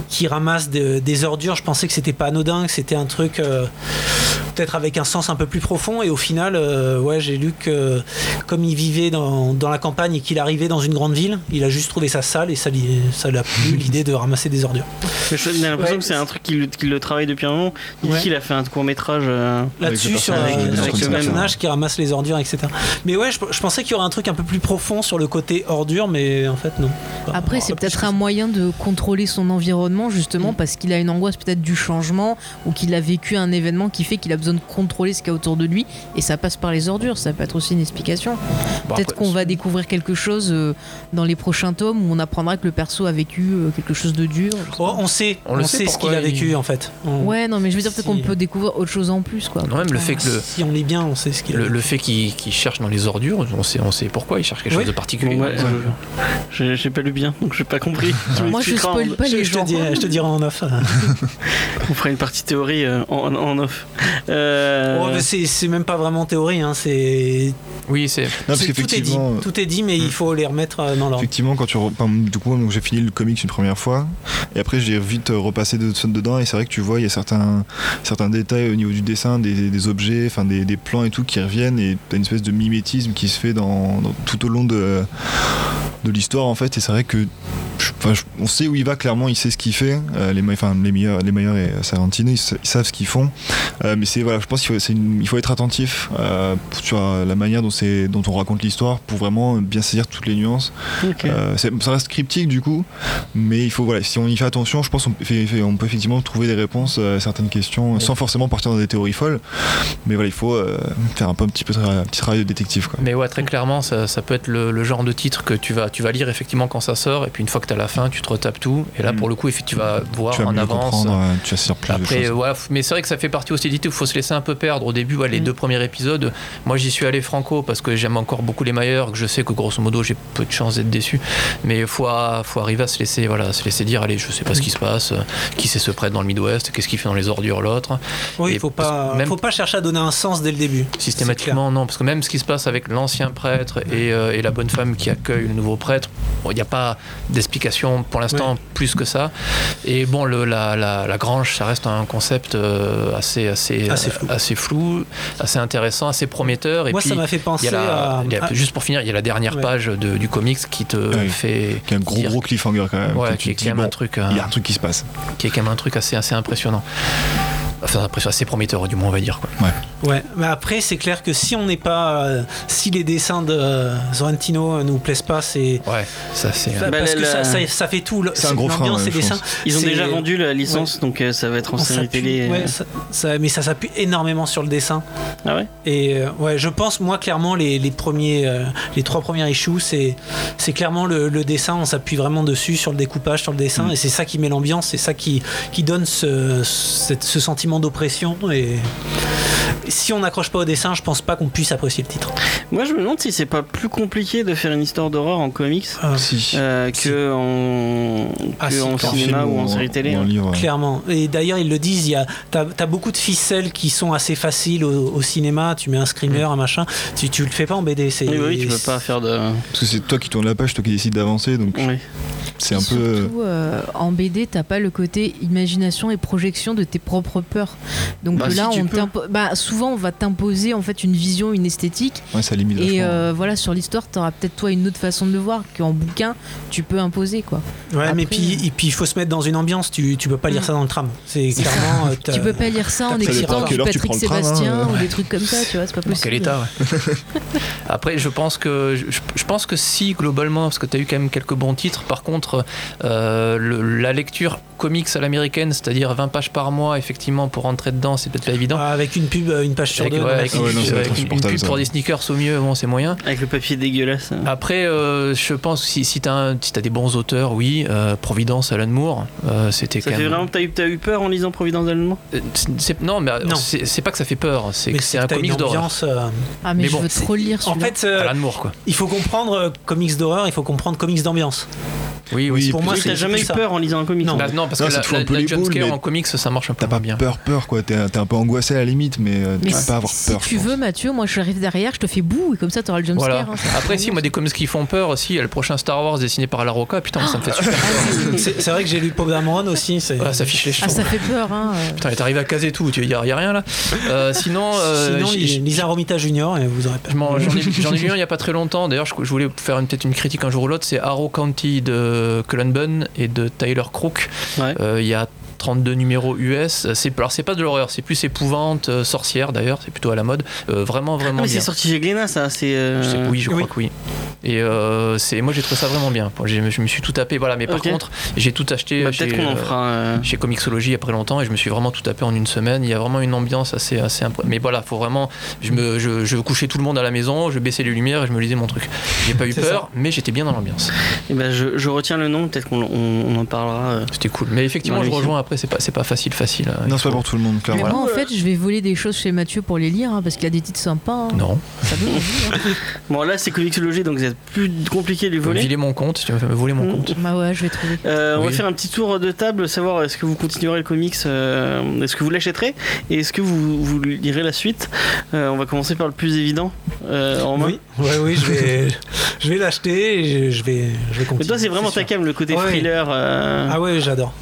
Speaker 3: qu'il ramasse de- des ordures, je pensais que c'était pas anodin, que c'était un truc. euh, peut-être avec un sens un peu plus profond. Et au final, euh, ouais, j'ai lu que comme il vivait dans, dans la campagne et qu'il arrivait dans une grande ville, il a juste trouvé sa salle et ça, lui- ça lui a plu l'idée de ramasser des ordures.
Speaker 2: Mais je- J'ai l'impression
Speaker 3: Ouais.
Speaker 2: que c'est un truc qu'il qu'il le travaille depuis un moment.
Speaker 3: Ouais.
Speaker 2: Ici, il a fait un court métrage.
Speaker 3: là-dessus
Speaker 4: Avec
Speaker 3: sur,
Speaker 4: le
Speaker 3: euh,
Speaker 2: personnage,
Speaker 3: sur
Speaker 2: avec
Speaker 3: ce
Speaker 2: le même.
Speaker 3: personnage qui ramasse les ordures, etc. Mais ouais, je, je pensais qu'il y aurait un truc un peu plus profond sur le côté ordure, mais en fait non.
Speaker 6: Après, c'est
Speaker 3: Alors,
Speaker 6: peut-être
Speaker 3: je-
Speaker 6: un moyen de contrôler son environnement, justement,
Speaker 3: Mm.
Speaker 6: parce qu'il a une angoisse peut-être du changement ou qu'il a vécu un événement qui fait qu'il a besoin de contrôler ce qu'il y a autour de lui. Et ça passe par les ordures, ça peut être aussi une explication.
Speaker 5: Bon,
Speaker 6: peut-être
Speaker 5: après,
Speaker 6: qu'on va découvrir quelque chose euh, dans les prochains tomes où on apprendra que le perso a vécu euh, quelque chose de dur. je sais
Speaker 3: Oh,
Speaker 6: pas.
Speaker 3: on sait,
Speaker 5: On
Speaker 3: on,
Speaker 5: le sait
Speaker 3: sait, ce
Speaker 5: pourquoi
Speaker 3: qu'il a
Speaker 5: il-
Speaker 3: vécu en fait. On-
Speaker 6: Ouais, non, mais je veux dire, peut-être qu'on
Speaker 3: Mm. Si.
Speaker 6: peut découvrir autre chose en plus, quoi.
Speaker 5: Non, même le fait que le,
Speaker 3: Si on lit bien, on sait ce qu'il a
Speaker 5: le,
Speaker 3: vécu.
Speaker 5: le fait qu'il qu'il cherche dans les ordures, on sait, on sait pourquoi il cherche quelque
Speaker 3: Oui.
Speaker 5: chose de particulier.
Speaker 2: Bon, ouais,
Speaker 5: par exemple.
Speaker 2: euh, J'ai j'ai pas lu bien, donc j'ai pas compris. Tu
Speaker 6: Moi, je
Speaker 2: m'expliqueras en-
Speaker 6: spoil pas
Speaker 3: Je,
Speaker 6: les
Speaker 3: je te
Speaker 6: gens.
Speaker 3: dis- je te dirai en off.
Speaker 2: On fera une partie théorie euh, en, en off. Euh,
Speaker 3: Oh, mais c'est c'est même pas vraiment théorie, hein, c'est
Speaker 5: Oui, c'est.
Speaker 4: parce
Speaker 3: c'est- tout est dit,
Speaker 4: qu'effectivement, euh, hmm.
Speaker 3: tout est dit, mais il faut les remettre euh, dans l'ordre.
Speaker 4: Effectivement, quand tu. re- enfin, du coup, donc, j'ai fini le comics une première fois, et après j'ai vite euh, repassé deux scènes dedans, et c'est vrai que tu vois, il y a certains, certains détails au niveau du dessin, des, des objets, enfin des, des plans et tout qui reviennent, et t'as une espèce de mimétisme qui se fait dans, dans- tout au long de, de l'histoire, en fait, et c'est vrai que. je- enfin, je- on sait où il va, clairement, il sait ce qu'il fait. euh, les, May- enfin, les meilleurs, les meilleurs et euh, Sarantino, ils, sa- ils savent ce qu'ils font. Euh, mais c'est voilà, je pense qu'il faut, c'est une- il faut être attentif euh, sur euh, la manière dont, c'est- dont on raconte l'histoire pour vraiment bien saisir toutes les nuances.
Speaker 2: ok.
Speaker 4: Euh, c'est- ça reste cryptique du coup, mais il faut voilà, si on y fait attention, je pense qu'on fait- fait- on peut effectivement trouver des réponses à certaines questions euh, sans forcément partir dans des théories folles. Mais voilà, il faut euh, faire un peu un petit peu de tra- un petit travail de détective quoi.
Speaker 5: Mais ouais, très clairement, ça, ça peut être le, le genre de titre que tu vas, tu vas lire effectivement quand ça sort, et puis une fois que t'as la fin, tu te retapes tout, et là
Speaker 4: Mm.
Speaker 5: pour le coup, effectivement, tu vas voir
Speaker 4: tu vas
Speaker 5: en
Speaker 4: mieux
Speaker 5: avance.
Speaker 4: comprendre, euh, tu vas saisir plus de
Speaker 5: Après,
Speaker 4: choses.
Speaker 5: euh, voilà, f- mais c'est vrai que ça fait partie aussi d'éditer où il faut se laisser un peu perdre. Au début, ouais, les
Speaker 6: Mm.
Speaker 5: deux premiers épisodes, moi j'y suis allé franco parce que j'aime encore beaucoup les Mailleurs, que je sais que grosso modo j'ai peu de chances d'être déçu. Mais il faut, a- faut arriver à se laisser, voilà, se laisser dire allez, je sais pas ce qui se passe, euh, qui c'est ce prêtre dans le Midwest, qu'est-ce qu'il fait dans les ordures l'autre.
Speaker 3: Oui,
Speaker 5: Et
Speaker 3: il faut pas,
Speaker 5: même-
Speaker 3: faut pas chercher à donner un sens dès le début.
Speaker 5: Systématiquement, non, parce que même ce qui se passe avec l'ancien prêtre et, euh, et la bonne femme qui accueille le nouveau prêtre, bon, il n'y a pas d'explication pour l'instant plus que ça. Et bon, le, la, la- la grange, ça reste un concept euh, assez, assez, euh,
Speaker 3: Assez flou.
Speaker 5: assez flou, assez intéressant, assez prometteur. Et
Speaker 3: Moi,
Speaker 5: puis,
Speaker 3: ça m'a fait
Speaker 5: il y
Speaker 3: penser
Speaker 5: a la-
Speaker 3: à.
Speaker 5: il y a-
Speaker 3: à-
Speaker 5: juste pour finir, il y a la dernière
Speaker 3: Ouais.
Speaker 5: page de- du comics qui te
Speaker 4: oui.
Speaker 5: fait.
Speaker 4: Il y a un gros
Speaker 5: dire-
Speaker 4: gros cliffhanger quand même.
Speaker 5: Ouais,
Speaker 4: que
Speaker 5: qui
Speaker 4: tu
Speaker 5: est
Speaker 4: te
Speaker 5: quand
Speaker 4: dis,
Speaker 5: même un
Speaker 4: bon,
Speaker 5: truc.
Speaker 4: il y
Speaker 5: euh,
Speaker 4: a un truc qui se passe.
Speaker 5: qui est quand même un truc assez, assez impressionnant. Enfin, impressionnant, assez prometteur, du moins, on va dire. Quoi.
Speaker 3: Ouais, mais après c'est clair que si on n'est pas, euh, si les dessins de euh, Sorrentino euh, nous plaisent pas, c'est
Speaker 5: Ouais, ça, c'est.
Speaker 3: Enfin,
Speaker 2: Bah,
Speaker 3: parce
Speaker 2: la-
Speaker 3: que ça,
Speaker 2: la-
Speaker 3: ça, ça fait tout. le-
Speaker 4: C'est un gros frein,
Speaker 3: l'ambiance,
Speaker 4: ouais,
Speaker 3: ces
Speaker 4: je
Speaker 3: dessins.
Speaker 2: Ils ont
Speaker 3: c'est-
Speaker 2: déjà vendu la licence, donc euh, ça va être en
Speaker 3: on
Speaker 2: série
Speaker 3: s'appuie-
Speaker 2: télé. euh.
Speaker 3: ouais, ça- ça- mais ça s'appuie énormément sur le dessin.
Speaker 2: Ah ouais
Speaker 3: Et euh, ouais, je pense moi clairement les, les premiers, euh, les trois premiers issues, c'est c'est clairement le, le dessin. On s'appuie vraiment dessus sur le découpage, sur le
Speaker 2: Mm.
Speaker 3: dessin, et c'est ça qui met l'ambiance, c'est ça qui qui donne ce cette- ce sentiment d'oppression. Et si on n'accroche pas au dessin, je pense pas qu'on puisse apprécier le titre.
Speaker 2: Moi, je me demande si c'est pas plus compliqué de faire une histoire d'horreur en comics
Speaker 3: Euh,
Speaker 4: Si.
Speaker 2: euh,
Speaker 3: Si.
Speaker 2: que en,
Speaker 3: Ah,
Speaker 2: que
Speaker 3: si,
Speaker 2: en
Speaker 3: qu'en
Speaker 4: Un
Speaker 2: cinéma
Speaker 4: film
Speaker 2: ou en série télé. hein.
Speaker 4: ou un livre. ouais.
Speaker 3: Clairement. Et d'ailleurs, ils le disent, il y a, t'as, t'as beaucoup de ficelles qui sont assez faciles au, au cinéma. Tu mets un screamer, un machin. Tu, tu le fais pas en BD. C'est,
Speaker 2: Mm. Oui, oui, tu peux pas faire de.
Speaker 4: Parce que c'est toi qui tourne la page, toi qui décides d'avancer, donc
Speaker 2: Ouais.
Speaker 4: c'est un peu. euh,
Speaker 6: Surtout, euh, en BD, t'as pas le côté imagination et projection de tes propres peurs. Donc
Speaker 2: Bah,
Speaker 6: là,
Speaker 2: si tu
Speaker 6: on
Speaker 2: peux.
Speaker 6: t'impo- bah, souvent, on va t'imposer en fait une vision, une esthétique.
Speaker 4: ouais, ça limite.
Speaker 6: Et
Speaker 4: vachement.
Speaker 6: euh, voilà, sur l'histoire, t'auras peut-être toi une autre façon de le voir qu'en bouquin, tu peux imposer quoi.
Speaker 3: Ouais, mais
Speaker 6: Après, euh,
Speaker 3: puis, et puis il faut se mettre dans une ambiance. Tu, tu peux pas lire
Speaker 6: Mm.
Speaker 3: ça dans le tram. C'est clairement. euh, t'as-
Speaker 6: Tu peux pas lire ça en
Speaker 3: Ça dépend
Speaker 6: écoutant
Speaker 3: à
Speaker 6: du
Speaker 4: quelle heure tu
Speaker 6: Patrick
Speaker 4: prends le train, hein,
Speaker 6: Sébastien
Speaker 4: euh.
Speaker 6: ou des trucs comme ça, tu vois, c'est pas
Speaker 5: Dans
Speaker 6: possible.
Speaker 5: quel état ouais. Après, je pense que je, je pense que si globalement, parce que tu as eu quand même quelques bons titres. Par contre, euh, le- la lecture comics à l'américaine, c'est-à-dire 20 pages par mois, effectivement, pour rentrer dedans, c'est peut-être pas évident.
Speaker 3: Ah, avec une pub, euh, une page sur
Speaker 5: Avec-
Speaker 3: deux.
Speaker 5: ouais,
Speaker 3: dans la
Speaker 5: avec
Speaker 3: série.
Speaker 4: ouais,
Speaker 5: une,
Speaker 4: non, ça va être
Speaker 5: avec une- une
Speaker 4: insupportable,
Speaker 5: pub
Speaker 4: ça.
Speaker 5: pour des sneakers au mieux, bon, c'est moyen.
Speaker 2: Avec le papier dégueulasse. hein.
Speaker 5: Après, euh, je pense si, si t'as si t'as des bons auteurs, oui, euh, Providence, Alan Moore, euh, c'était
Speaker 2: Ça
Speaker 5: quand
Speaker 2: fait
Speaker 5: même.
Speaker 2: vraiment que t'as eu, t'as eu peur en lisant Providence d'allemand
Speaker 5: Euh, c'est- c'est- non, mais euh,
Speaker 3: Non.
Speaker 5: c'est c'est pas que ça fait peur, c'est
Speaker 3: Mais
Speaker 5: que c'est
Speaker 3: que
Speaker 5: un
Speaker 3: t'as une
Speaker 5: comics d'horreur.
Speaker 3: ambiance, euh,
Speaker 6: Ah, mais,
Speaker 5: Mais
Speaker 6: je
Speaker 5: bon,
Speaker 6: veux
Speaker 5: c'est-
Speaker 6: trop lire
Speaker 3: En
Speaker 6: celui-là.
Speaker 3: fait, euh,
Speaker 5: Alan Moore, quoi.
Speaker 3: il faut comprendre euh, comics d'horreur, il faut comprendre comics d'ambiance.
Speaker 5: Oui,
Speaker 4: Oui,
Speaker 5: oui.
Speaker 3: pour moi,
Speaker 2: Oui, T'as
Speaker 3: c'est
Speaker 2: jamais eu
Speaker 3: ça.
Speaker 2: peur en lisant un comics
Speaker 3: Non.
Speaker 5: Bah, non, parce
Speaker 4: Non,
Speaker 5: que
Speaker 4: ça
Speaker 5: la,
Speaker 4: te fout un
Speaker 5: la,
Speaker 4: peu
Speaker 5: la
Speaker 4: les
Speaker 5: jumpscare
Speaker 4: boules, mais
Speaker 5: en comics, ça marche un peu
Speaker 4: T'as
Speaker 5: moins
Speaker 4: pas
Speaker 5: bien.
Speaker 4: peur, peur quoi. T'es t'es un peu angoissé à la limite, mais euh, tu
Speaker 6: Mais
Speaker 4: vas
Speaker 6: si-
Speaker 4: pas avoir
Speaker 6: si
Speaker 4: peur. je
Speaker 6: tu
Speaker 4: pense.
Speaker 6: veux, Mathieu, moi je arrive derrière, je te fais bouh et comme ça t'auras le jumpscare. hein,
Speaker 5: Voilà. Après, si, moi, des comics qui font peur, si, il y a le prochain Star Wars dessiné par Alaroca, putain, ça me fait super peur.
Speaker 3: C'est c'est vrai que j'ai lu Pokémon aussi. c'est-
Speaker 5: Ah, ça fiche les
Speaker 6: Ah,
Speaker 5: jetons.
Speaker 6: ça fait peur, hein. euh.
Speaker 5: Putain, il est arrivé à caser tout, il y, a y a rien là. Euh, sinon, euh,
Speaker 3: Sinon,
Speaker 5: j'ai-
Speaker 3: lis- Lisa Romita Junior et vous aurez pas.
Speaker 5: Je m'en- J'en ai, j'en ai lu un il n'y a pas très longtemps. D'ailleurs, je, je voulais faire une- peut-être une critique un jour ou l'autre. C'est Arrow County de Cullen Bunn et de Tyler Crook.
Speaker 2: Ouais. Ah,
Speaker 5: Euh, il y a 32 numéros US. C'est, alors, c'est pas de l'horreur, c'est plus épouvante, euh, sorcière d'ailleurs. C'est plutôt à la mode. Euh, vraiment,
Speaker 2: Ah,
Speaker 5: vraiment
Speaker 2: mais c'est
Speaker 5: bien.
Speaker 2: sorti chez Glénat ça, c'est. euh,
Speaker 5: Je sais- oui, je
Speaker 3: oui.
Speaker 5: crois que oui. Et euh, c'est, moi, j'ai trouvé ça vraiment bien. Bon, j'ai- je me suis tout tapé. Voilà, mais par
Speaker 2: Ok.
Speaker 5: contre, j'ai tout acheté.
Speaker 2: bah,
Speaker 5: chez,
Speaker 2: Peut-être qu'on en
Speaker 5: euh,
Speaker 2: fera. euh,
Speaker 5: chez Comixology il y a pas longtemps et je me suis vraiment tout tapé en une semaine. Il y a vraiment une ambiance assez, assez impré- Mais voilà, faut vraiment. Je, me, je, je couchais tout le monde à la maison, je baissais les lumières et je me lisais mon truc. J'ai pas eu
Speaker 3: C'est
Speaker 5: peur, mais j'étais bien dans l'ambiance.
Speaker 2: eh ben, je, je retiens le nom, peut-être qu'on on- on en parlera. euh.
Speaker 5: C'était cool. Mais effectivement,
Speaker 2: Dans
Speaker 5: je
Speaker 2: l'émission.
Speaker 5: rejoins après, c'est pas, c'est pas facile, facile. hein.
Speaker 4: Non, c'est pas pour tout le monde,
Speaker 6: Mais
Speaker 4: clairement.
Speaker 6: moi, en fait, je vais voler des choses chez Mathieu pour les lire, hein, parce qu'il y a des titres sympas. hein.
Speaker 5: Non.
Speaker 6: Ça donne envie, hein.
Speaker 2: Bon, là, c'est Comixology, donc c'est plus compliqué de lui voler.
Speaker 5: Voler mon compte, tu vas me voler mon
Speaker 2: Mm.
Speaker 5: compte.
Speaker 6: Bah ouais, je vais trouver.
Speaker 2: Euh, On va
Speaker 5: Oui.
Speaker 2: faire un petit tour de table, savoir euh, est-ce que vous continuerez le comics, euh, est-ce que vous l'achèterez et est-ce que vous, vous lirez la suite. Euh, on va commencer par le plus évident. Euh, en main.
Speaker 3: Oui, ouais, oui, je vais, je vais l'acheter et je, je vais, je vais continuer.
Speaker 2: Mais toi, c'est vraiment
Speaker 3: sûr.
Speaker 2: ta cam, le côté
Speaker 3: Ouais.
Speaker 2: thriller. euh,
Speaker 3: Ah ouais, j'adore.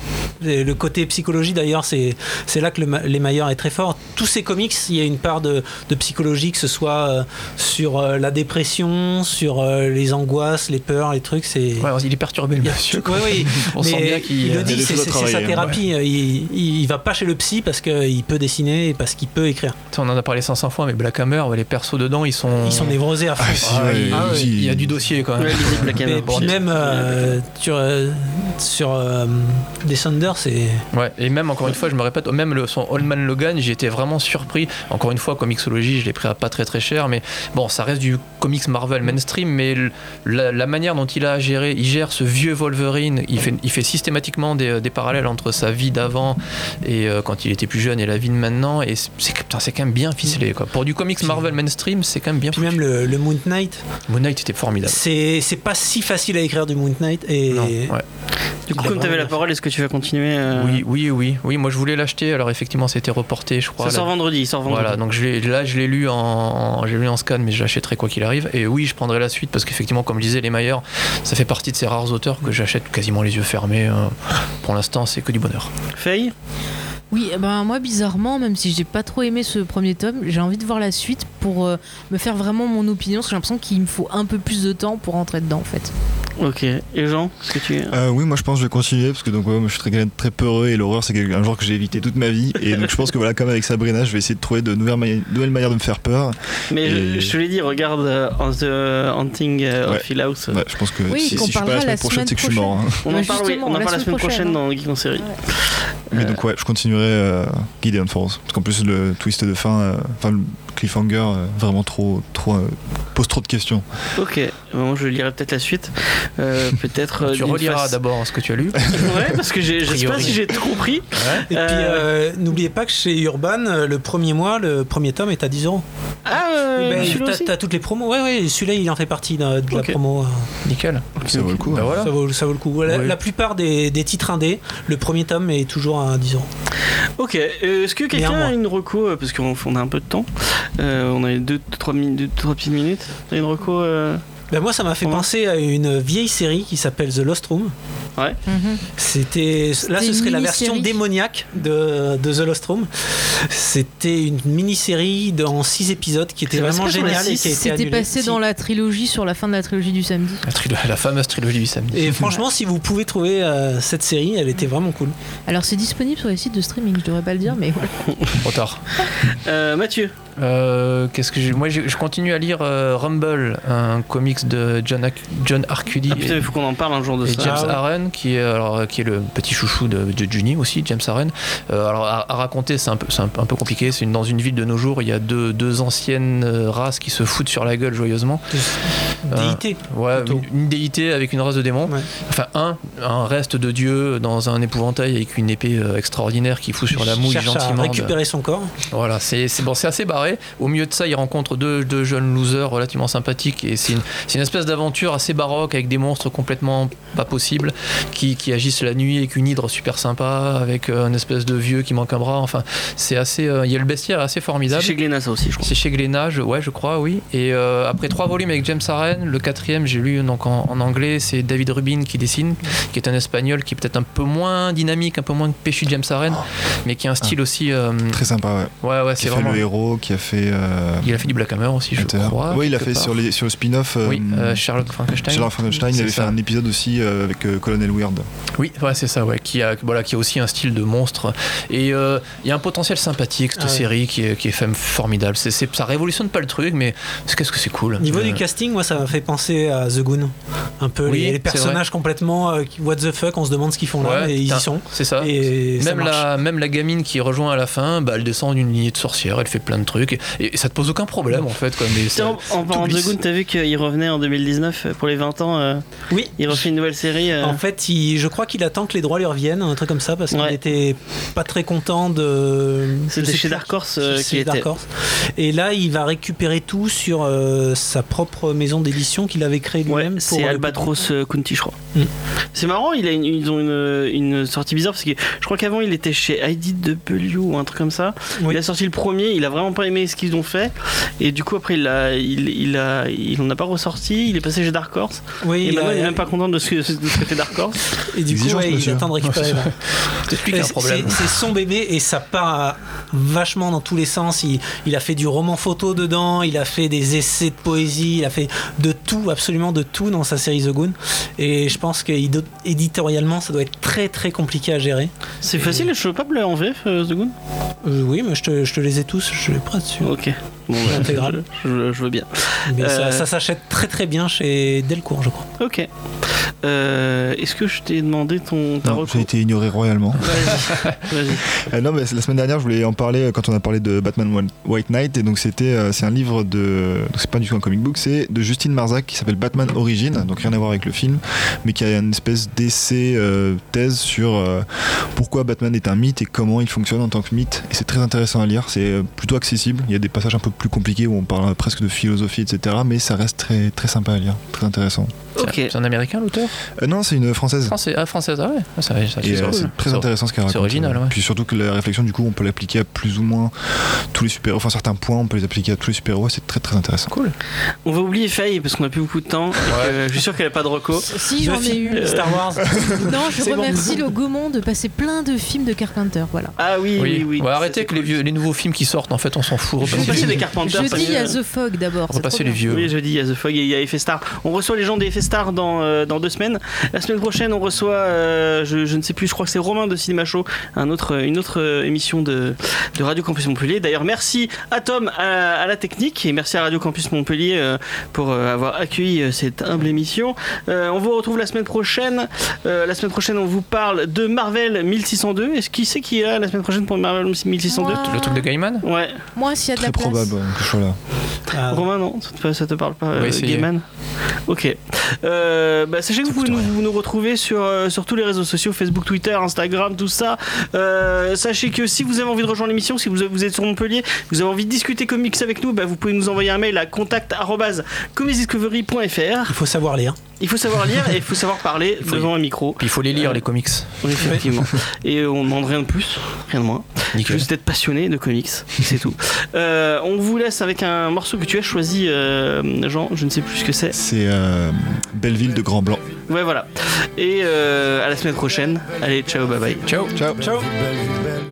Speaker 3: Et Le côté psychologie, d'ailleurs, c'est c'est là que le, ma- les Maillard est très fort. Tous ces comics, il y a une part de, de psychologie, que ce soit euh, sur euh, la dépression, sur euh, les angoisses, les peurs, les trucs. C'est
Speaker 5: Ouais, il est perturbé, le
Speaker 3: Il y a-
Speaker 5: monsieur.
Speaker 3: Ouais, ouais,
Speaker 5: On
Speaker 3: mais
Speaker 5: sent bien qu'il.
Speaker 3: il le
Speaker 5: euh,
Speaker 4: il y
Speaker 3: dit,
Speaker 4: a des
Speaker 3: c'est
Speaker 4: choses
Speaker 3: c'est sa
Speaker 4: à travailler, hein.
Speaker 3: thérapie. Il, il- il va pas chez le psy parce qu'il peut dessiner et parce qu'il peut écrire.
Speaker 5: euh, On en a parlé 500 fois, mais Black Hammer, les persos dedans, ils sont.
Speaker 3: Ils sont névrosés à fond.
Speaker 4: Ah, si,
Speaker 5: Ah,
Speaker 4: ouais,
Speaker 5: il-
Speaker 4: euh, si.
Speaker 5: il y a du dossier quand même.
Speaker 2: Ouais, lisible, la cam.
Speaker 3: Et
Speaker 5: bon,
Speaker 3: puis même euh, sur, euh, sur euh, Descender, c'est.
Speaker 5: Ouais, et même encore une fois, je me répète, même le, son Old Man Logan, j'ai été vraiment surpris. Encore une fois, Comixology, je l'ai pris à pas très très cher, mais bon, ça reste du comics Marvel mainstream, mais le- la, la manière dont il a géré, il gère ce vieux Wolverine, il fait, il fait systématiquement des, des parallèles entre sa vie d'avant et euh, quand il était plus jeune et la vie de maintenant, et c'est- c'est putain, c'est quand même bien ficelé quoi. Pour du comics Marvel mainstream, c'est quand même bien.
Speaker 3: Puis même le, le Moon Knight,
Speaker 5: Moon Knight était formidable.
Speaker 3: c'est c'est pas si facile à écrire du Moon Knight. Et
Speaker 5: Non, ouais.
Speaker 2: Du coup,
Speaker 3: Il a
Speaker 2: comme t'avais la
Speaker 3: vraiment-
Speaker 2: parole, est-ce que tu vas continuer euh,
Speaker 5: Oui, oui, oui, oui. Moi, je voulais l'acheter. Alors effectivement, c'était reporté, je
Speaker 2: Ça
Speaker 5: crois.
Speaker 2: sort
Speaker 5: la-
Speaker 2: vendredi, il sort vendredi.
Speaker 5: Voilà, donc je l'ai- là je l'ai lu en, en- j'ai lu en scan, mais je l'achèterai quoi qu'il arrive. Et oui, je prendrai la suite parce qu'effectivement, comme je disais, les Mayer, ça fait partie de ces rares auteurs que j'achète quasiment les yeux fermés. euh, Pour l'instant, c'est que du bonheur.
Speaker 2: Faye
Speaker 6: Oui, eh ben moi bizarrement, même si j'ai pas trop aimé ce premier tome, j'ai envie de voir la suite pour euh, me faire vraiment mon opinion, parce que j'ai l'impression qu'il me faut un peu plus de temps pour rentrer dedans en fait.
Speaker 2: Ok. Et Jean Est-ce que tu.
Speaker 4: Euh, oui, moi je pense que je vais continuer parce que donc ouais, moi, je suis très, quelqu'un de très peureux et l'horreur c'est quelque- un genre que j'ai évité toute ma vie et donc je pense que voilà comme avec Sabrina je vais essayer de trouver de nouvelles, mani- nouvelles manières de me faire peur.
Speaker 2: Mais je- je,
Speaker 4: Et-
Speaker 2: te l'ai dit, regarde euh, The Hunting euh,
Speaker 4: Ouais.
Speaker 2: of Hill House.
Speaker 4: Ouais, je pense que
Speaker 6: Oui,
Speaker 4: si,
Speaker 6: qu'on
Speaker 4: si je suis pas
Speaker 6: parlera
Speaker 4: la
Speaker 6: la
Speaker 4: semaine prochaine c'est que je suis mort. hein.
Speaker 2: On, en
Speaker 6: Ouais,
Speaker 2: parle, oui,
Speaker 6: justement,
Speaker 2: on en
Speaker 6: la
Speaker 2: parle la semaine
Speaker 6: semaine
Speaker 2: prochaine,
Speaker 6: prochaine, hein.
Speaker 2: dans Geek en série.
Speaker 4: Mais donc ouais je continuerai euh, Gideon Falls. Parce qu'en plus le twist de fin, euh, enfin le cliffhanger euh, vraiment trop, trop euh, pose trop de questions.
Speaker 5: Mm.
Speaker 2: Ok. Bon, je lirai peut-être la suite. Euh, peut-être. euh,
Speaker 5: tu
Speaker 2: d'une
Speaker 5: reliras
Speaker 2: face-
Speaker 5: d'abord ce que tu as lu.
Speaker 2: Ouais, parce que j'ai- je sais pas
Speaker 5: priori.
Speaker 2: si j'ai tout compris.
Speaker 3: Et puis
Speaker 2: Euh,
Speaker 3: euh, n'oubliez pas que chez Urban, euh, le premier mois, le premier tome est à 10 euros.
Speaker 2: Ah, euh,
Speaker 3: Ben,
Speaker 2: celui-là
Speaker 3: t'as-
Speaker 2: aussi
Speaker 3: T'as toutes les promos. Ouais, ouais, celui-là il en fait partie de, de
Speaker 2: Ok.
Speaker 3: la promo. euh.
Speaker 5: Nickel.
Speaker 4: ça vaut le coup.
Speaker 5: Bah
Speaker 4: hein.
Speaker 5: voilà.
Speaker 3: Ça, vaut, ça vaut le coup. La,
Speaker 5: Oui.
Speaker 3: la plupart des, des titres indés, le premier tome est toujours à 10 euros.
Speaker 2: Ok, euh, est-ce que quelqu'un
Speaker 3: Néanmoins.
Speaker 2: a une reco euh, Parce qu'on on a un peu de temps. Euh, on a 2-3 petites minutes. T'as une reco euh,
Speaker 3: Ben, moi ça m'a fait
Speaker 2: Ouais.
Speaker 3: penser à une vieille série qui s'appelle The Lost Room. C'était là,
Speaker 6: C'était
Speaker 3: ce
Speaker 6: une
Speaker 3: serait la version
Speaker 6: mini-série.
Speaker 3: démoniaque de, de The Lost Room. C'était une mini-série de- en 6 épisodes qui était
Speaker 2: Ça passe
Speaker 3: vraiment
Speaker 2: pas sur la
Speaker 3: géniale et
Speaker 2: six,
Speaker 3: qui a été
Speaker 6: C'était
Speaker 3: annulée.
Speaker 6: passé
Speaker 3: Si.
Speaker 6: dans la trilogie, sur la fin de la trilogie du samedi.
Speaker 5: La, trilo- la fameuse trilogie du samedi.
Speaker 3: Et franchement, si vous pouvez trouver euh, cette série, elle était vraiment cool.
Speaker 6: Alors c'est disponible sur les sites de streaming, je devrais pas le dire, mais voilà.
Speaker 5: Trop tard.
Speaker 2: euh, Mathieu
Speaker 5: Euh, Qu'est-ce que j'ai- Moi, j'ai- je continue à lire euh, Rumble, un comics de John, Ac- John Arcudi.
Speaker 2: Ah putain, il faut qu'on en parle un jour de
Speaker 5: Et
Speaker 2: ça.
Speaker 5: James
Speaker 3: Ah ouais.
Speaker 5: Aaron, qui est, alors, euh, qui est le petit chouchou de, de Juni aussi, James Aaron. Euh, alors, à, à raconter, c'est un, peu- c'est un, peu- un peu compliqué. C'est une- dans une ville de nos jours, il y a deux, deux anciennes euh, races qui se foutent sur la gueule joyeusement. Euh,
Speaker 3: Déité.
Speaker 5: Ouais,
Speaker 3: plutôt.
Speaker 5: une- une déité avec une race de démons.
Speaker 3: Ouais.
Speaker 5: Enfin, un, un reste de dieu dans un épouvantail avec une épée euh, extraordinaire qui fout sur la mouille
Speaker 3: cherche à
Speaker 5: gentiment. de-
Speaker 3: récupérer son corps.
Speaker 5: Voilà, c'est c'est- bon, c'est assez barré. Au milieu de ça, il rencontre deux, deux jeunes losers relativement sympathiques et c'est une, c'est une espèce d'aventure assez baroque avec des monstres complètement pas possibles qui, qui agissent la nuit avec une hydre super sympa, avec euh, un espèce de vieux qui manque un bras. Enfin, c'est assez. euh, Il y a le bestiaire assez
Speaker 2: C'est
Speaker 5: formidable.
Speaker 2: chez Glénat ça aussi, je crois.
Speaker 5: C'est chez Glénat, je- ouais, je crois, oui. Et euh, après trois volumes avec James Aren, le quatrième, j'ai lu donc en, en anglais, c'est David Rubin qui dessine, qui est un espagnol qui est peut-être un peu moins dynamique, un peu moins péchu de James Aren, mais qui a un style aussi. euh,
Speaker 4: Oh. Ah. Très sympa, ouais.
Speaker 5: ouais, ouais,
Speaker 4: Qui
Speaker 5: c'est
Speaker 4: a fait
Speaker 5: vraiment.
Speaker 4: le héros, qui a fait. euh,
Speaker 5: Il a fait du Black Hammer aussi, je
Speaker 4: Hunter.
Speaker 5: crois.
Speaker 4: ouais, il a
Speaker 5: quelque
Speaker 4: fait
Speaker 5: part.
Speaker 4: sur, les, sur le spin-off. euh,
Speaker 5: Oui, euh, Sherlock Frankenstein.
Speaker 4: Sherlock Frankenstein, il
Speaker 5: C'est
Speaker 4: avait
Speaker 5: ça.
Speaker 4: fait un épisode aussi euh, avec euh, Colonel Weird.
Speaker 5: Oui, ouais, c'est ça, ouais, qui, a, voilà, qui a aussi un style de monstre. Et euh, il y a un potentiel sympathique, cette
Speaker 3: Ah ouais.
Speaker 5: série, qui est, qui est femme formidable. C'est, c'est- ça révolutionne pas le truc, mais c'est- qu'est-ce que c'est cool.
Speaker 3: Niveau
Speaker 5: Euh,
Speaker 3: du casting, moi ça m'a fait penser à The Goon. Un peu
Speaker 5: Oui,
Speaker 3: les, les
Speaker 5: c'est
Speaker 3: personnages complètement euh, qui- what the fuck, on se demande ce qu'ils font là
Speaker 5: ouais,
Speaker 3: et ils
Speaker 5: putain,
Speaker 3: y sont.
Speaker 5: C'est ça.
Speaker 3: Et ça
Speaker 5: même,
Speaker 3: marche.
Speaker 5: la, même la gamine qui rejoint à la fin, bah, elle descend d'une lignée de sorcières, elle fait plein de trucs. Et, et ça te pose aucun problème, en fait. Quoi, mais
Speaker 2: Tiens, en- en parlant de
Speaker 5: t'oublies.
Speaker 2: Goon, t'as vu qu'il revenait en 2019 euh, pour les 20 ans. euh,
Speaker 3: Oui.
Speaker 2: il refait une nouvelle série. euh,
Speaker 3: En fait, il- je crois qu'il attend que les droits lui reviennent, un truc comme ça, parce qu'il
Speaker 2: Ouais.
Speaker 3: était pas très content de. je
Speaker 2: C'était
Speaker 3: sais
Speaker 2: chez
Speaker 3: plus
Speaker 2: Dark
Speaker 3: qui-
Speaker 2: Horse euh,
Speaker 3: chez
Speaker 2: qu'il était.
Speaker 3: Dark Horse. Et là, il va récupérer tout sur euh, sa propre maison d'édition qu'il avait créée
Speaker 2: Ouais,
Speaker 3: lui-même. pour
Speaker 2: c'est
Speaker 3: le-
Speaker 2: Albatros euh, County, je crois.
Speaker 3: Mm.
Speaker 2: C'est marrant, il a une- ils ont une, une sortie bizarre parce que je crois qu'avant il était chez IDW ou un truc comme ça.
Speaker 3: Oui.
Speaker 2: Il a sorti le premier, il a vraiment pas aimé ce qu'ils ont fait et du coup après il a, il, il a, il en a pas ressorti. Il est passé chez Dark Horse
Speaker 3: Oui,
Speaker 2: et,
Speaker 3: il
Speaker 2: maintenant
Speaker 3: a-
Speaker 2: il est même pas content de ce que, de ce que fait Dark Horse.
Speaker 3: et du coup,
Speaker 4: Exigeant,
Speaker 3: ouais, il
Speaker 4: monsieur.
Speaker 3: attend de récupérer. là.
Speaker 5: Peut-être lui qui a un
Speaker 3: C'est
Speaker 5: problème.
Speaker 3: c'est- c'est son bébé et ça part à- vachement dans tous les sens. Il, il a fait du roman photo dedans, il a fait des essais de poésie, il a fait de tout, absolument de tout dans sa série The Goon. Et je pense qu'éditorialement, ça doit être très très compliqué à gérer.
Speaker 2: C'est facile, je peux pas le en VF, euh, The Goon
Speaker 3: Euh, oui, mais je te, je te les ai tous, je les prête dessus.
Speaker 2: Ok. Bon, bah,
Speaker 3: Intégral.
Speaker 2: je, je veux bien.
Speaker 3: Mais
Speaker 2: Euh.
Speaker 3: ça, ça s'achète très très bien chez Delcourt, je crois.
Speaker 2: Ok. Euh, Est-ce que je t'ai demandé ton ta
Speaker 4: Non,
Speaker 2: reco-
Speaker 4: J'ai été ignoré royalement.
Speaker 2: Vas-y, vas-y.
Speaker 4: Euh, non, mais la semaine dernière, je voulais en parler euh, quand on a parlé de Batman White- White Knight. Et donc, c'était, euh, c'est un livre de. donc, c'est pas du tout un comic book, c'est de Justine Marzac qui s'appelle Batman Origin. Donc, rien à voir avec le film, mais qui a une espèce d'essai euh, thèse sur euh, pourquoi Batman est un mythe et comment il fonctionne en tant que mythe. Et c'est très intéressant à lire. C'est euh, plutôt accessible. Il y a des passages un peu plus compliqués où on parle presque de philosophie, etc. Mais ça reste très, très sympa à lire. Très intéressant.
Speaker 5: C'est-
Speaker 2: Ok.
Speaker 5: C'est un américain, l'auteur
Speaker 4: Euh, non, c'est une française.
Speaker 5: Français, ah, française, ah ouais, ah, ça, ça,
Speaker 4: Et,
Speaker 5: c'est
Speaker 4: euh,
Speaker 5: cool.
Speaker 4: c'est très
Speaker 5: Ça-
Speaker 4: intéressant ce qu'elle raconte.
Speaker 5: c'est original, ouais.
Speaker 4: Puis surtout que la réflexion, du coup, on peut l'appliquer à plus ou moins tous les super Enfin, certains points, on peut les appliquer à tous les super-héros. C'est très très intéressant.
Speaker 5: Cool.
Speaker 2: On va oublier Faye parce qu'on a plus beaucoup de temps. et que je suis sûr qu'elle a pas de
Speaker 3: Oh.
Speaker 2: reco.
Speaker 6: Si j'en ai eu.
Speaker 3: Star Wars.
Speaker 6: Non, je
Speaker 3: euh, C'est bon.
Speaker 6: remercie le Gaumont de passer plein de films de Carpenter. Voilà.
Speaker 2: Ah oui, oui, oui.
Speaker 5: Ouais,
Speaker 2: Ça,
Speaker 5: arrêtez
Speaker 2: c'est
Speaker 5: que les,
Speaker 2: cool.
Speaker 5: vieux, les nouveaux films qui sortent, en fait, on s'en fout.
Speaker 2: Je vais passer des Carpenters.
Speaker 6: Jeudi,
Speaker 2: parce
Speaker 6: il y a
Speaker 2: que-
Speaker 6: The Fog d'abord.
Speaker 5: On
Speaker 6: c'est
Speaker 5: va passer
Speaker 6: trop
Speaker 5: les
Speaker 6: bien.
Speaker 5: vieux.
Speaker 2: Oui, jeudi, il y a The Fog et il y a Effet Star. On reçoit les gens des Effet Star dans, euh, dans deux semaines. La semaine prochaine, on reçoit, euh, je, je ne sais plus, je crois que c'est Romain de Cinéma Show, un autre, une autre euh, émission de, de Radio Campus Montpellier. D'ailleurs, merci à Tom, à, à la technique, et merci à Radio Campus Montpellier euh, pour euh, avoir accueilli euh, cette humble émission. Euh, on vous retrouve la semaine prochaine. Euh, la semaine prochaine, on vous parle de Marvel 1602. Est-ce qui c'est qui est là la semaine prochaine pour Marvel 1602
Speaker 6: Moi.
Speaker 5: Le truc de Gaiman
Speaker 2: Ouais,
Speaker 6: Moi, s'il y a de
Speaker 4: Très
Speaker 6: la place.
Speaker 4: probable ouais, que je sois là.
Speaker 3: Ah,
Speaker 2: Romain, non, ça te, ça te parle pas,
Speaker 5: On va
Speaker 2: euh,
Speaker 5: essayer.
Speaker 2: Gaiman Ok. Euh, bah, sachez que vous
Speaker 5: Ça
Speaker 2: pouvez
Speaker 5: coûte
Speaker 2: nous,
Speaker 5: rien.
Speaker 2: vous nous retrouver sur, euh, sur tous les réseaux sociaux Facebook, Twitter, Instagram, tout ça. Euh, sachez que si vous avez envie de rejoindre l'émission, si vous, vous êtes sur Montpellier, vous avez envie de discuter comics avec nous, bah, vous pouvez nous envoyer un mail à contact.comicsdiscovery.fr.
Speaker 3: il faut savoir lire.
Speaker 2: Il faut savoir lire et il faut savoir parler
Speaker 5: faut
Speaker 2: devant un micro.
Speaker 5: Puis il faut les
Speaker 2: Euh,
Speaker 5: lire, les comics.
Speaker 2: Effectivement. Et on demande rien de plus, rien de moins.
Speaker 5: Nickel.
Speaker 2: Juste d'être passionné de comics, c'est tout. Euh, on vous laisse avec un morceau que tu as choisi, euh, Jean, je ne sais plus ce que c'est.
Speaker 4: C'est euh, Belleville de Grand Blanc.
Speaker 2: Ouais, voilà. Et euh, à la semaine prochaine. Allez, ciao, bye bye.
Speaker 5: Ciao.
Speaker 4: Ciao.
Speaker 7: Belle, belle, belle.